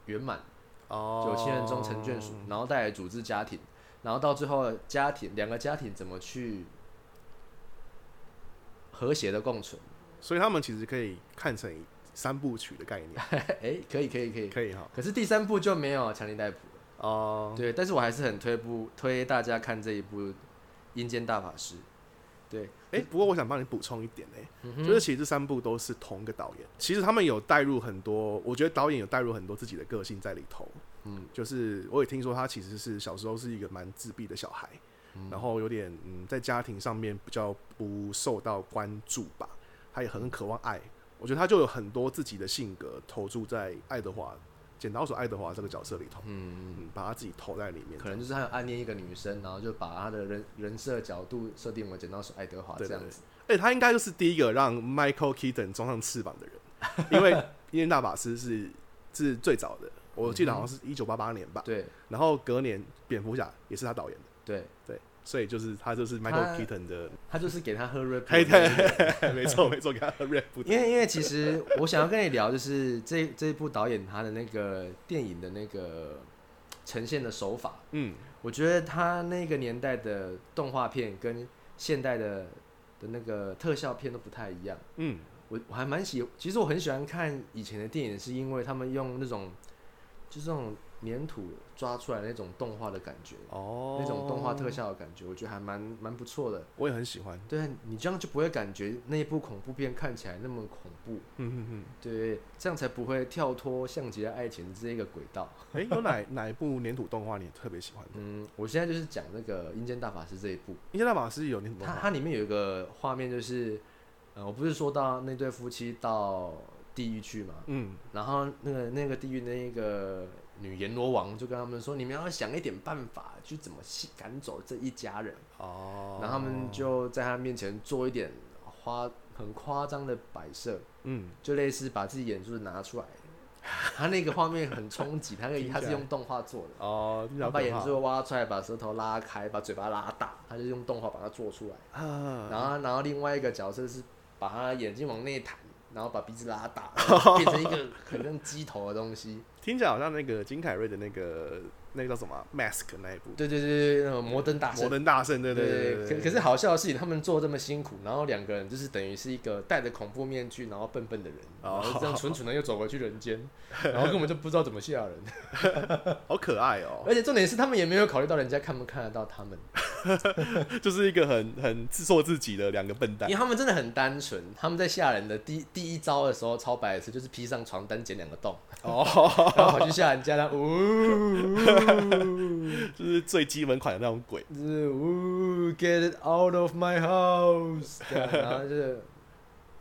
Speaker 1: 圆满，
Speaker 2: 哦，
Speaker 1: 九千人中成眷属，然后再来组织家庭，然后到最后家庭两个家庭怎么去和谐的共存？
Speaker 2: 哦所以他们其实可以看成三部曲 的概念，
Speaker 1: 哎、可以可以可以。
Speaker 2: 可以哈。
Speaker 1: 可是第三部就没有强力逮捕了，
Speaker 2: 哦，
Speaker 1: 对，但是我还是很推不推大家看这一部《阴间大法师》。对，
Speaker 2: 哎、不过我想帮你补充一点呢、
Speaker 1: 嗯
Speaker 2: 就是其实这三部都是同一个导演，其实他们有带入很多，我觉得导演有带入很多自己的个性在里头。
Speaker 1: 嗯，
Speaker 2: 就是我也听说他其实是小时候是一个蛮自闭的小孩，然后有点嗯在家庭上面比较不受到关注吧，他也很渴望爱。我觉得他就有很多自己的性格投注在爱德华剪刀手爱德华这个角色里头，
Speaker 1: 嗯，
Speaker 2: 嗯，把他自己投在里面，
Speaker 1: 可能就是他有暗恋一个女生，然后就把他的人人设角度设定为剪刀手爱德华
Speaker 2: 对
Speaker 1: 啊这
Speaker 2: 对
Speaker 1: 样子。
Speaker 2: 而且他应该就是第一个让 Michael Keaton 装上翅膀的人，因为《阴间大法师是》是最早的，我记得好像是一九八八年吧。
Speaker 1: 嗯对
Speaker 2: 然后隔年蝙蝠侠也是他导演的，
Speaker 1: 对，
Speaker 2: 对，所以就是他就是
Speaker 1: 他
Speaker 2: Michael Keaton 的，
Speaker 1: 他就是给他喝 r e
Speaker 2: 嘿对， 没错没错，给他 rap 不
Speaker 1: 因为因为其实我想要跟你聊，就是这这一部导演他的那个电影的那个呈现的手法，
Speaker 2: 嗯，
Speaker 1: 我觉得他那个年代的动画片跟现代的的那个特效片都不太一样。
Speaker 2: 嗯，
Speaker 1: 我我还蛮喜，其实我很喜欢看以前的电影，是因为他们用那种就是那种粘土抓出来的那种动画的感觉，
Speaker 2: 哦
Speaker 1: 那种动画特，效的感觉，我觉得还蛮蛮不错的。
Speaker 2: 我也很喜欢，
Speaker 1: 对你这样就不会感觉那一部恐怖片看起来那么恐怖。
Speaker 2: 嗯嗯
Speaker 1: 对，这样才不会跳脱像极了爱情这一个轨道。
Speaker 2: 嗯，哎，有哪哪一部粘土动画你特别喜欢的？《
Speaker 1: 嗯，我现在就是讲那个《阴间大法师》这一部，
Speaker 2: 阴间大法师》有粘土动
Speaker 1: 它
Speaker 2: 画，
Speaker 1: 它里面有一个画面就是，呃，我不是说到那对夫妻到地狱去嘛，
Speaker 2: 嗯，
Speaker 1: 然后那个那个地狱那个女阎罗王就跟他们说，你们要想一点办法去怎么吸赶走这一家人，
Speaker 2: 哦，
Speaker 1: 然后他们就在他面前做一点花很夸张的摆设，
Speaker 2: 嗯。
Speaker 1: 就类似把自己眼珠子拿出来，他那个画面很冲击，他那个
Speaker 2: 听起
Speaker 1: 他
Speaker 2: 来
Speaker 1: 是用动画做的，
Speaker 2: 哦，你
Speaker 1: 他
Speaker 2: 想
Speaker 1: 把眼珠挖出来，把舌头拉开，把嘴巴拉大，他就用动画把它做出来。
Speaker 2: 啊，
Speaker 1: 然后，然后另外一个角色是把他眼睛往内弹，然后把鼻子拉 大，然后变成一个很像鸡头的东西。
Speaker 2: 听起来好像那个金凯瑞的那个那个叫什么啊《Mask》那一部
Speaker 1: 对对对对，那种摩登大
Speaker 2: 《摩
Speaker 1: 圣。
Speaker 2: 登大圣》，对对
Speaker 1: 对
Speaker 2: 对。
Speaker 1: 可可是好笑的是，他们做这么辛苦，然后两个人就是等于是一个戴着恐怖面具，然后笨笨的人，然
Speaker 2: 哦
Speaker 1: 后 这样蠢蠢的又走回去人间，然后根本就不知道怎么吓人。
Speaker 2: 好可爱哦、
Speaker 1: 而且重点是，他们也没有考虑到人家看不看得到他们，
Speaker 2: 就是一个很很自做自己的两个笨
Speaker 1: 因
Speaker 2: 蛋
Speaker 1: 为他们真的很单纯。他们在吓人的第第一招的时候，超白痴，就是披上床单剪两个洞，
Speaker 2: 哦，
Speaker 1: 然后跑去吓人家，然后呜，
Speaker 2: 就是最基本款的那种鬼。
Speaker 1: 就是呜，get it out of my house，这样然后就是。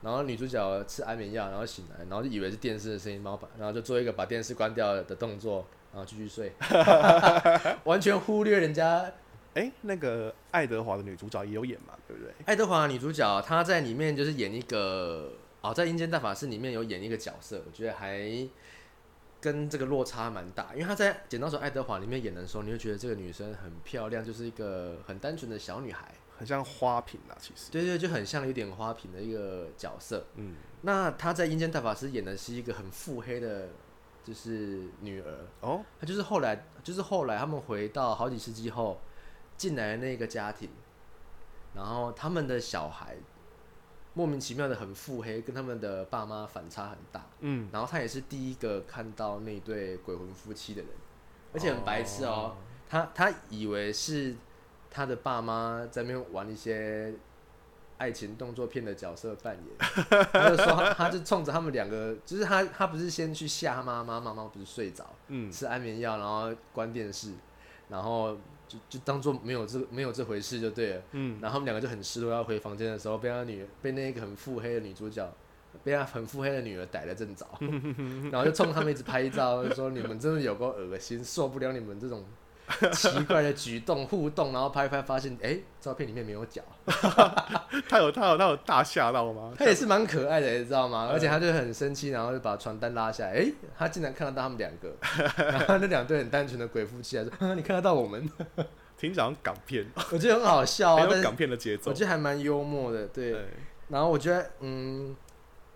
Speaker 1: 然后女主角吃安眠药，然后醒来，然后就以为是电视的声音，然后把然后就做一个把电视关掉的动作，然后继续睡， 完全忽略人家
Speaker 2: 哎、那个爱德华的女主角也有演嘛，对不对？
Speaker 1: 爱德华女主角她在里面就是演一个哦，在《阴间大法师》里面有演一个角色，我觉得还跟这个落差蛮大，因为她在《剪刀手爱德华》里面演的时候，你会觉得这个女生很漂亮，就是一个很单纯的小女孩，
Speaker 2: 很像花瓶啊，其实。
Speaker 1: 对对，就很像有点花瓶的一个角色。
Speaker 2: 嗯，
Speaker 1: 那她在《阴间大法师》演的是一个很腹黑的，就是女儿，
Speaker 2: 哦，
Speaker 1: 她就是后来就是后来他们回到好几世纪后进来的那个家庭，然后他们的小孩莫名其妙的很腹黑，跟他们的爸妈反差很大。
Speaker 2: 嗯，
Speaker 1: 然后他也是第一个看到那对鬼魂夫妻的人，而且很白痴哦，他他以为是他的爸妈在那边玩一些。爱情动作片的角色扮演，他就说他他就冲着他们两个，就是他他不是先去吓妈妈，妈妈不是睡着，
Speaker 2: 嗯，
Speaker 1: 吃安眠药，然后关电视，然后就就当做没有这没有这回事就对了。
Speaker 2: 嗯，
Speaker 1: 然后他们两个就很失落，要回房间的时候，被那女被那个很腹黑的女主角被他很腹黑的女儿逮得正 着，然后就冲他们一直拍照，就说你们真的有够恶心，受不了你们这种奇怪的举动互动，然后拍一拍发现，哎、照片里面没有脚，
Speaker 2: 他有他有他有大吓到吗？
Speaker 1: 他也是蛮可爱的，你知道吗？而且他就很生气，然后就把传单拉下来，哎、他竟然看得到他们两个，然后那两对很单纯的鬼夫妻还说，啊你看得到我们，
Speaker 2: 听讲港片，
Speaker 1: 我觉得很好笑啊
Speaker 2: 很，
Speaker 1: 但
Speaker 2: 有
Speaker 1: 是
Speaker 2: 港片的节奏
Speaker 1: 我。觉得还蛮幽默的，对。
Speaker 2: 对，
Speaker 1: 然后我觉得，嗯，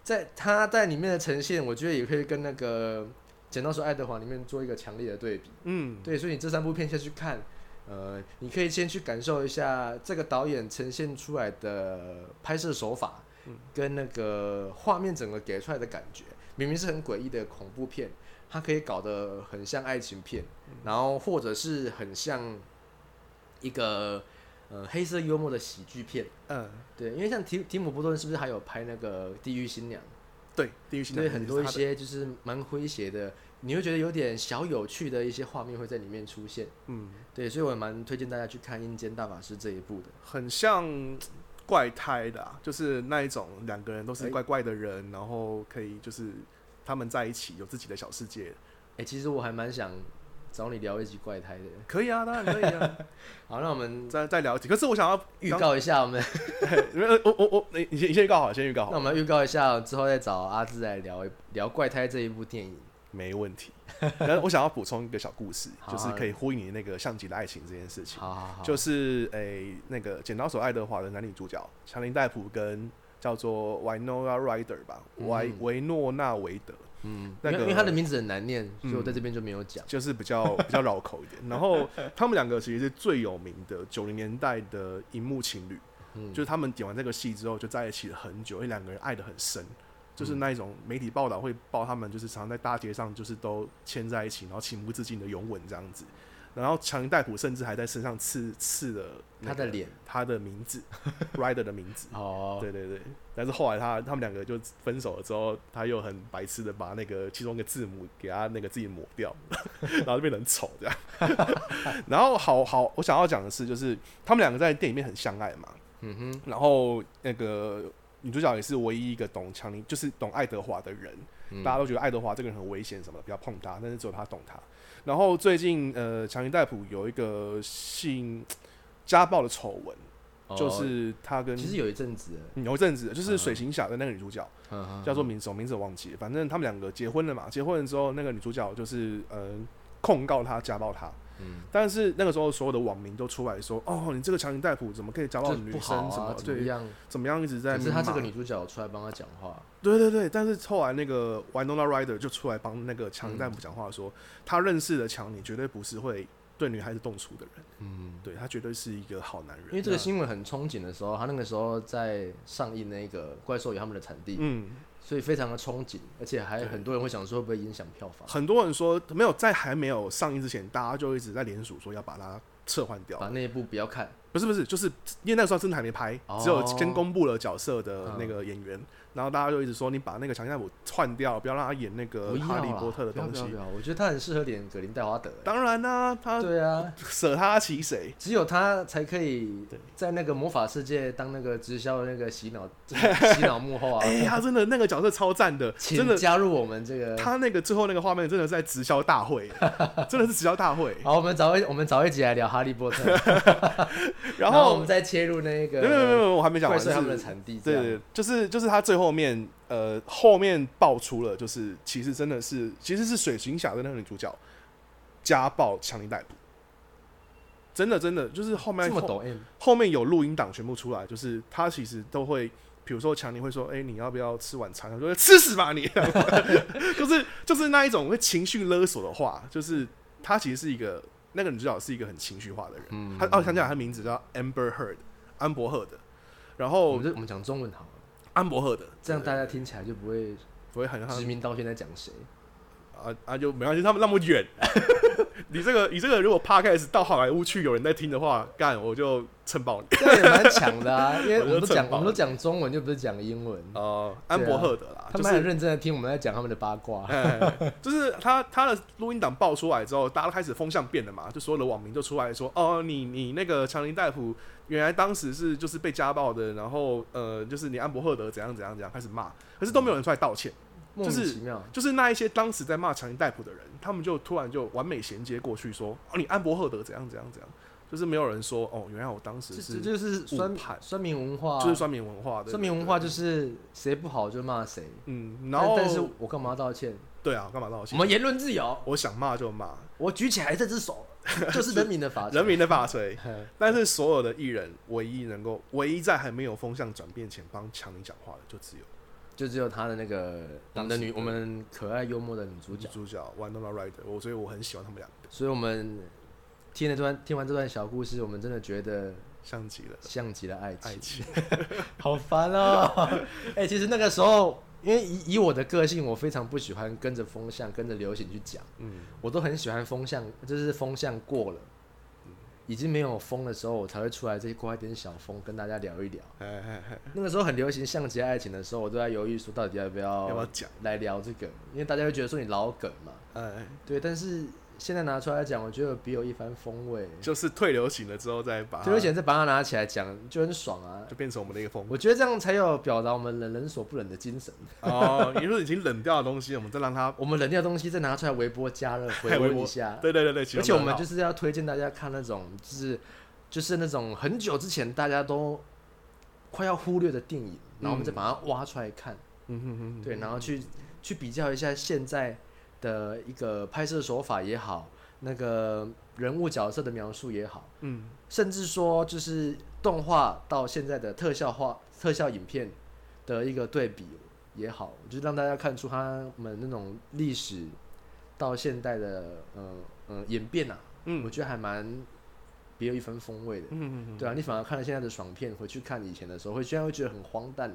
Speaker 1: 在他在里面的呈现，我觉得也可以跟那个《剪刀手爱德华》里面做一个强烈的对比。
Speaker 2: 嗯，
Speaker 1: 对，所以你这三部片下去看，呃，你可以先去感受一下这个导演呈现出来的拍摄手法，
Speaker 2: 嗯
Speaker 1: 跟那个画面整个给出来的感觉，明明是很诡异的恐怖片，它可以搞得很像爱情片，
Speaker 2: 嗯
Speaker 1: 然后或者是很像一个呃黑色幽默的喜剧片。
Speaker 2: 嗯，
Speaker 1: 对，因为像提提姆波顿是不是还有拍那个《地狱新娘
Speaker 2: 对，地狱》？新
Speaker 1: 对，
Speaker 2: 娘
Speaker 1: 很多一
Speaker 2: 就是他的
Speaker 1: 些就是蛮诙谐的，你会觉得有点小有趣的一些画面会在里面出现。
Speaker 2: 嗯，
Speaker 1: 对，所以我也蛮推荐大家去看《阴间大法师》这一部的。
Speaker 2: 很像嗯怪胎的、啊，就是那一种两个人都是
Speaker 1: 哎
Speaker 2: 怪怪的人，然后可以就是他们在一起有自己的小世界，
Speaker 1: 哎、其实我还蛮想找你聊一集怪胎的。
Speaker 2: 可以啊，当然可以 啊，
Speaker 1: 好，那我们
Speaker 2: 再再聊一集。可是我想要呃
Speaker 1: 预，告一下，我们
Speaker 2: 因为我我我，你你先你先预告好，先预告
Speaker 1: 那
Speaker 2: 好
Speaker 1: 我，们预告一下，之后再找阿志来聊一聊怪胎这一部电影。
Speaker 2: 没 问题。然后我想要补充一个小故事，
Speaker 1: 好啊
Speaker 2: 就是可以呼应你那个像极了爱情这件事情。
Speaker 1: 好好好，
Speaker 2: 就是诶、那个《剪刀手爱德华》的男女主角强林戴普跟叫做 Winona Ryder 吧，
Speaker 1: 嗯
Speaker 2: 维维诺纳维德，
Speaker 1: 嗯，
Speaker 2: 那
Speaker 1: 因为
Speaker 2: 个嗯
Speaker 1: 因为他的名字很难念，所以我在这边就没有讲。
Speaker 2: 就是比较比较绕口一点。然后他们两个其实是最有名的九零年代的荧幕情侣，
Speaker 1: 嗯，
Speaker 2: 就是他们点完这个戏之后就在一起了很久，因为两个人爱得很深。
Speaker 1: 嗯
Speaker 2: 就是那一种媒体报道会报他们，就是常在大街上就是都牵在一起，然后情不自禁的拥吻这样子。然后强林戴普甚至还在身上刺刺了、那
Speaker 1: 他
Speaker 2: 个
Speaker 1: 的脸
Speaker 2: 他的名字，Rider 的名字。
Speaker 1: 哦，
Speaker 2: 对对对，但是后来他他们两个就分手了之后，他又很白痴的把那个其中一个字母给他那个自己抹掉， 然后就变得很丑这样。 然后好好，我想要讲的是，就是他们两个在电影里面很相爱嘛，
Speaker 1: 嗯哼，
Speaker 2: 然后那个女主角也是唯一一个懂强尼，就是懂爱德华的人。
Speaker 1: 嗯
Speaker 2: 大家都觉得爱德华这个人很危险什么的，不要碰他，但是只有他懂他。然后最近呃，强尼戴普有一个性家暴的丑闻，
Speaker 1: 哦
Speaker 2: 就是他跟
Speaker 1: 其实有一阵子了，
Speaker 2: 嗯有一阵子，就是
Speaker 1: 嗯
Speaker 2: 水行侠的那个女主角，
Speaker 1: 嗯哼
Speaker 2: 叫做名字，我名字我忘记了。反正他们两个结婚了嘛，结婚了之后，那个女主角就是呃控告他家暴他，
Speaker 1: 嗯，
Speaker 2: 但是那个时候所有的网民都出来说，哦，你这个强尼戴普怎么可以家暴
Speaker 1: 这
Speaker 2: 女
Speaker 1: 不好
Speaker 2: 生？怎
Speaker 1: 啊
Speaker 2: 么，
Speaker 1: 么
Speaker 2: 对，
Speaker 1: 样？
Speaker 2: 怎么样一直在
Speaker 1: 可是她这
Speaker 2: 骂
Speaker 1: 个女主角有出来帮他讲话，
Speaker 2: 对对对，但是后来那个 Winona Ryder 就出来帮那个强尼戴普
Speaker 1: 嗯
Speaker 2: 讲话说，他认识的强尼绝对不是会对女孩子动粗的人，
Speaker 1: 嗯，
Speaker 2: 对他绝对是一个好男人。
Speaker 1: 因为这个
Speaker 2: 那
Speaker 1: 新闻很憧憬的时候，她那个时候在上映那个《怪兽与他们的产地》，
Speaker 2: 嗯，
Speaker 1: 所以非常的憧憬，而且还
Speaker 2: 对
Speaker 1: 很多人会想说会不会影响票房，
Speaker 2: 很多人说没有在还没有上映之前，大家就一直在联署说要把它撤换掉
Speaker 1: 把。那一部不要看。
Speaker 2: 不是不是，就是因为那个时候真的还没拍，
Speaker 1: 哦嗯
Speaker 2: 只有先公布了角色的那个演员，然后大家就一直说你把那个强尼戴普换掉，不要让他演那
Speaker 1: 不
Speaker 2: 个
Speaker 1: 要
Speaker 2: 哈利
Speaker 1: 啦
Speaker 2: 波特的
Speaker 1: 不要
Speaker 2: 东
Speaker 1: 不
Speaker 2: 西
Speaker 1: 要。不要，我觉得她很适合演格林戴华德。欸
Speaker 2: 当然啦、他
Speaker 1: 对啊，
Speaker 2: 舍他其谁？
Speaker 1: 只有她才可以
Speaker 2: 对
Speaker 1: 在那个魔法世界当那个直销的那个洗脑洗脑幕后啊，
Speaker 2: 哎、他真的那个角色超赞的，真
Speaker 1: 请
Speaker 2: 的，
Speaker 1: 加入我们这个。
Speaker 2: 他那个最后那个画面真的是在直销 大会，真的是直销大会。
Speaker 1: 好，我们找一我们找一集来聊《哈利波特》，
Speaker 2: 然
Speaker 1: 后我
Speaker 2: 后
Speaker 1: 们，再切入那个
Speaker 2: 没有没有没有没有，我还没讲
Speaker 1: 怪
Speaker 2: 完，
Speaker 1: 兽
Speaker 2: 就
Speaker 1: 他们的
Speaker 2: 是
Speaker 1: 产地，
Speaker 2: 对，对，就是就是他最后面，呃，后面爆出了，就是其实真的是其实是水行侠的那个女主角家暴强力逮捕，真的真的就是后面
Speaker 1: 这么
Speaker 2: 后
Speaker 1: 抖 M，
Speaker 2: 后面有录音档全部出来，就是他其实都会，比如说强尼会说：“哎、你要不要吃晚餐？”他说：“吃死吧你！” 就是就是那一种会情绪勒索的话，就是他其实是一个那个女主角是一个很情绪化的人。
Speaker 1: 嗯
Speaker 2: 他哦，想起来，他名字叫 Amber Heard，安博赫德。然
Speaker 1: 我
Speaker 2: 后
Speaker 1: 们就我们讲中文好了，
Speaker 2: 安博赫德
Speaker 1: 这样大
Speaker 2: 家
Speaker 1: 家听起来就不会
Speaker 2: 不会很
Speaker 1: 指名道姓在讲谁。
Speaker 2: 啊啊就没关系，他们那么远， 你这个你这个如果 podcast 到好莱坞去有人在听的话，干我就蹭爆你。
Speaker 1: 这样也蛮强的啊，因为我们都
Speaker 2: 我就
Speaker 1: 讲
Speaker 2: 正
Speaker 1: 我
Speaker 2: 饱
Speaker 1: 们都讲中文，又不是讲英文。
Speaker 2: 哦，安博赫德啦，
Speaker 1: 啊他
Speaker 2: 就
Speaker 1: 们还很
Speaker 2: 是
Speaker 1: 认真的听我们在讲他们的八卦。
Speaker 2: 哎，就是他他的录音档爆出来之后，大家开始风向变了嘛，就所有的网民就出来说，哦，你你那个强尼戴普原来当时是就是被家暴的，然后呃，就是你安博赫德怎样怎样怎样开始骂，可是都没有人出来道歉，
Speaker 1: 莫名其妙。
Speaker 2: 就是那一些当时在骂强尼戴普的人，他们就突然就完美衔接过去说，哦，你安博赫德怎样怎样怎样，就是没有人说，哦，原来我当时
Speaker 1: 这
Speaker 2: 是
Speaker 1: 这就是酸
Speaker 2: 误判
Speaker 1: 酸民文化啊，
Speaker 2: 就是酸民文化的，
Speaker 1: 酸民文化就是谁不好就骂谁。
Speaker 2: 嗯，
Speaker 1: 但
Speaker 2: 然后
Speaker 1: 但是我干嘛要道歉？
Speaker 2: 对啊，干嘛道
Speaker 1: 我
Speaker 2: 歉？
Speaker 1: 们言论自由，
Speaker 2: 我想骂就骂，
Speaker 1: 我举起来这只 手就是人民的法
Speaker 2: 人
Speaker 1: 锤。
Speaker 2: 民的法锤。但是所有的艺人，唯一能够，唯一在还没有风向转变前帮强尼讲话的，就只有
Speaker 1: 就只有他的那个我们的女，我们可爱幽默的女主
Speaker 2: 女
Speaker 1: 角。
Speaker 2: 主角 Winona Ryder。我所以我很喜欢他们两个，
Speaker 1: 所以我们听了这段听完这段小故事，我们真的觉得
Speaker 2: 像 极了
Speaker 1: 像极了爱情
Speaker 2: 爱。情。
Speaker 1: 好烦哦！ 哎、其实那个时候，因为以以我的个性，我非常不喜欢跟着风向、跟着流行去讲，
Speaker 2: 嗯，
Speaker 1: 我都很喜欢风向，就是风向过了，已经没有风的时候，我才会出来这刮一点小风，跟大家聊一聊。
Speaker 2: 哎哎哎，
Speaker 1: 那个时候很流行像极爱情的时候，我都在犹豫说到底要不要
Speaker 2: 要不要讲
Speaker 1: 来聊这个，因为大家会觉得说你老梗嘛，
Speaker 2: 哎，
Speaker 1: 对。但是现在拿出来讲，我觉得别有一番风味。
Speaker 2: 就是退流行了之后再把它
Speaker 1: 就而且再把它拿起来讲，就很爽啊！
Speaker 2: 就变成我们的一个风格。
Speaker 1: 我觉得这样才有表达我们冷人所不冷的精神。
Speaker 2: 哦，你说已经冷掉的东西，我们再 让它
Speaker 1: 我们冷掉的东西再拿出来微波加 热回
Speaker 2: 哎微
Speaker 1: 温
Speaker 2: 波
Speaker 1: 一下。
Speaker 2: 对对对对，其实
Speaker 1: 而且我们
Speaker 2: 很好
Speaker 1: 就是要推荐大家看那种，就是就是那种很久之前大家都快要忽略的电影，然后我们再把它挖出来看，
Speaker 2: 嗯哼哼哼，
Speaker 1: 对，然后去去比较一下现在的一个拍摄手法也好，那个人物角色的描述也好，
Speaker 2: 嗯，
Speaker 1: 甚至说就是动画到现在的特效化、特效影片的一个对比也好，就是让大家看出他们那种历史到现代的呃呃演变啊，
Speaker 2: 嗯
Speaker 1: 我觉得还蛮别有一番风味的。
Speaker 2: 嗯哼哼
Speaker 1: 对啊，你反而看了现在的爽片，回去看以前的时候，会虽然会觉得很荒诞，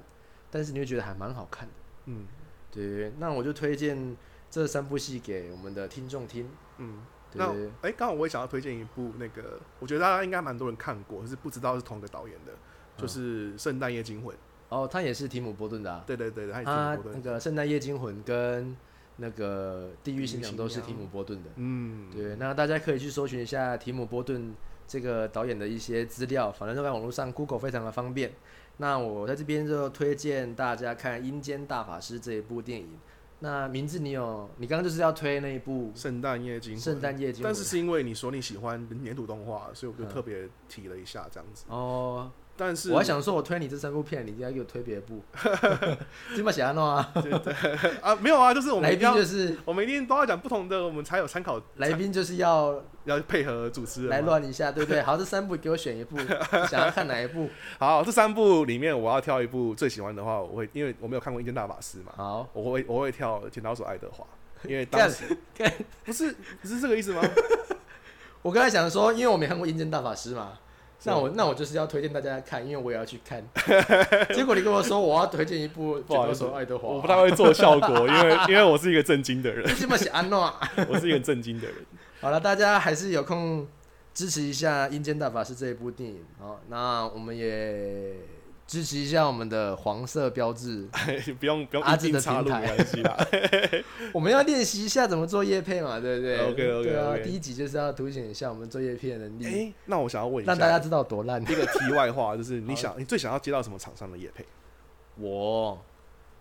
Speaker 1: 但是你会觉得还蛮好看的。
Speaker 2: 嗯
Speaker 1: 对，那我就推荐这三部戏给我们的听众听。
Speaker 2: 嗯。
Speaker 1: 对
Speaker 2: 那哎，刚好我也想要推荐一部那个，我觉得大家应该蛮多人看过，可是不知道是同一个导演的，
Speaker 1: 嗯
Speaker 2: 就是《圣诞夜惊魂》。
Speaker 1: 哦，他也是提姆·波顿的、啊。
Speaker 2: 对对对，对他也
Speaker 1: 他
Speaker 2: 听过
Speaker 1: 那
Speaker 2: 的。
Speaker 1: 个《圣诞夜惊魂》跟那个《地狱新娘》
Speaker 2: 地狱新娘
Speaker 1: 都是提姆·波顿的。
Speaker 2: 嗯，
Speaker 1: 对，那大家可以去搜寻一下提姆·波顿这个导演的一些资料，反正都在网络上 Google 非常的方便。那我在这边就推荐大家看《阴间大法师》这一部电影。那名字你有，你刚刚就是要推那一部
Speaker 2: 圣诞夜惊
Speaker 1: 《
Speaker 2: 魂，
Speaker 1: 圣诞夜惊魂》
Speaker 2: 但是是因为你说你喜欢粘土动画，所以我就特别提了一下这样子。
Speaker 1: 哦，
Speaker 2: 但是
Speaker 1: 我还想说，我推你这三部片，你应该给我推别部。 金马侠诺啊，
Speaker 2: 啊，没有啊，就是我们
Speaker 1: 来
Speaker 2: 一
Speaker 1: 宾
Speaker 2: 定要，
Speaker 1: 就是
Speaker 2: 我们一定都要讲不同的，我们才有参考，
Speaker 1: 来宾就是要
Speaker 2: 要配合主持人嘛
Speaker 1: 来乱一下，对不 对？好，这三部给我选一部，想要看哪一部？
Speaker 2: 好，这三部里面我要挑一部最喜欢的话，我会因为我没有看过《一间大法师》嘛，
Speaker 1: 好，
Speaker 2: 我会我会跳《剪刀手爱德华》，因为当
Speaker 1: 干
Speaker 2: 时
Speaker 1: 干！
Speaker 2: 不是不是这个意思吗？
Speaker 1: 我刚才想说，因为我没看过《阴间大法师》嘛，
Speaker 2: 是吗
Speaker 1: 那我那我就是要推荐大家看，因为我也要去 看。结果你跟我说我要推荐一部《
Speaker 2: 不
Speaker 1: 剪
Speaker 2: 好
Speaker 1: 刀
Speaker 2: 意思
Speaker 1: 手爱德华》，
Speaker 2: 我不太会做效果，因为因为我是一个震惊的 人，
Speaker 1: 你这么想安诺。
Speaker 2: 我是一个震惊 的人。
Speaker 1: 啊 好了，大家还是有空支持一下《阴间大法师》这一部电影。好，那我们也支持一下我们的黄色标 志。
Speaker 2: 哎不用不用
Speaker 1: 阿
Speaker 2: 一
Speaker 1: 志
Speaker 2: 定
Speaker 1: 的
Speaker 2: 插入
Speaker 1: 平台
Speaker 2: 没关系 啦。
Speaker 1: 我们要练习一下怎么做叶配嘛，对不对
Speaker 2: OK，OK，OK
Speaker 1: 对啊，第一集就是要凸显一下我们做叶片的能力。
Speaker 2: 哎、那我想要问一下，
Speaker 1: 让大家知道多烂。
Speaker 2: 一个题外话，就是你想你最想要接到什么厂商的业配？
Speaker 1: 我，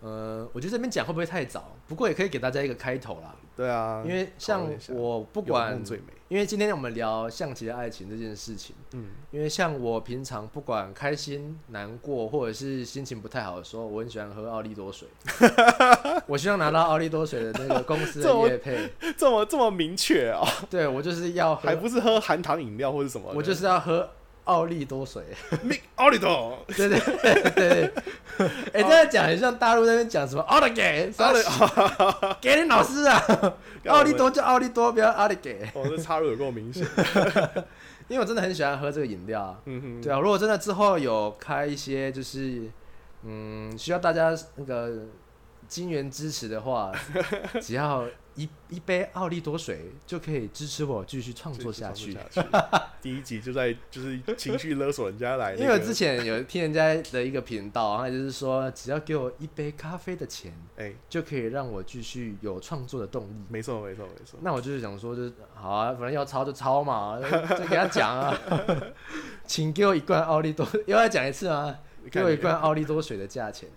Speaker 1: 呃，我觉得这边讲会不会太早？不过也可以给大家一个开头啦，
Speaker 2: 对啊，
Speaker 1: 因为
Speaker 2: 讨
Speaker 1: 像
Speaker 2: 论一下
Speaker 1: 我不
Speaker 2: 不
Speaker 1: 管，
Speaker 2: 最美，
Speaker 1: 因为今天我们聊象棋的爱情这件事情，
Speaker 2: 嗯
Speaker 1: 因为像我平常不管开心、难过或者是心情不太好的时候，我很喜欢喝奥利多 水。我希望拿到奥利多水的那个公司
Speaker 2: 这
Speaker 1: 的
Speaker 2: 我
Speaker 1: 业配，
Speaker 2: 这么这么明确啊、
Speaker 1: 对我就是要
Speaker 2: 还
Speaker 1: 喝，
Speaker 2: 不是喝含糖饮料或者什么的？
Speaker 1: 我就是要喝奥利多水。
Speaker 2: Make o l i d o
Speaker 1: 对对对 对，哎、这样讲很像大陆那边讲什么奥利给，啥的， 给你老师啊，奥利多就奥利多，不要奥利给，
Speaker 2: 哦，这插入有够明显。
Speaker 1: 因为我真的很喜欢喝这个饮料啊。
Speaker 2: 嗯哼，
Speaker 1: 对啊，如果真的之后有开一些就是 嗯需要大家那个金援支持的话，只要一一杯奥利多水就可以支持我继续创作下去。
Speaker 2: 继续创作下去第一集就在就是情绪勒索人家来、那个
Speaker 1: 因为我之前有听人家的一个频道，然后就是说，只要给我一杯咖啡的钱，
Speaker 2: 哎、
Speaker 1: 就可以让我继续有创作的动力。
Speaker 2: 没错没错没错，
Speaker 1: 那我就是想说，就是好啊，反正要抄就抄嘛， 就给他讲 啊，请给我一罐奥利多，又要讲一次啊，给我一罐奥利多水的价钱，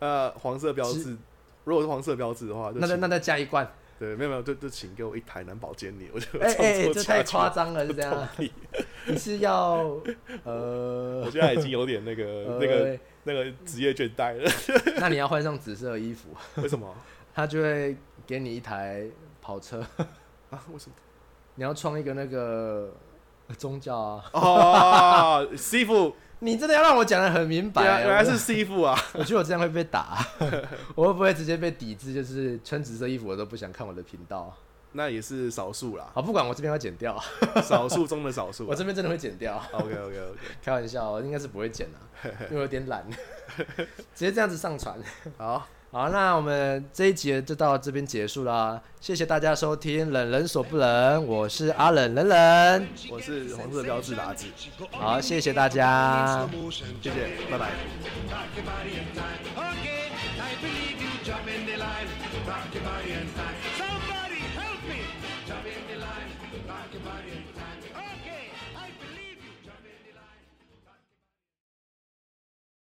Speaker 2: 呃黄色标志，如果是黄色标志的话，就
Speaker 1: 那再
Speaker 2: 请
Speaker 1: 那再加一 罐，
Speaker 2: 对没有没有就就请给我一台蓝宝坚尼，我就
Speaker 1: 哎哎、
Speaker 2: 创作
Speaker 1: 这
Speaker 2: 下
Speaker 1: 太
Speaker 2: 去
Speaker 1: 夸张了，是这样 啊，你是要呃
Speaker 2: 我现在已经有点那 个呃那个那个职业倦怠了。
Speaker 1: 呃，那你要换上紫色的衣服，
Speaker 2: 为什么
Speaker 1: 他就会给你一台跑车，
Speaker 2: 啊？为什么？
Speaker 1: 你要创一个那个宗教啊，
Speaker 2: 哦，师傅，
Speaker 1: 你真的要让我讲的很明白
Speaker 2: 原
Speaker 1: 啊，
Speaker 2: 来原来是师傅啊！
Speaker 1: 我觉得我这样会被打， 我会不会直接被抵制？就是穿紫色衣服我都不想看我的频道。
Speaker 2: 那也是少数啦，
Speaker 1: 好，不管我这边要剪掉，
Speaker 2: 少数中的少数
Speaker 1: 我。这边真的会剪掉，
Speaker 2: OK OK OK，
Speaker 1: 开玩笑，我应该是不会剪 的、因为我有点懒，直接这样子上传。
Speaker 2: 好，
Speaker 1: 好，那我们这一节就到这边结束啦，谢谢大家收听《冷人所不冷》，我是阿冷冷冷，
Speaker 2: 我是红色标志的阿志，
Speaker 1: 好，谢谢大家。
Speaker 2: 谢谢，拜拜。
Speaker 3: Rock your body in time. Okay, I believe you. Jump in the line. Rock your body in time. Somebody help me. Jump in the line. Rock your body in time.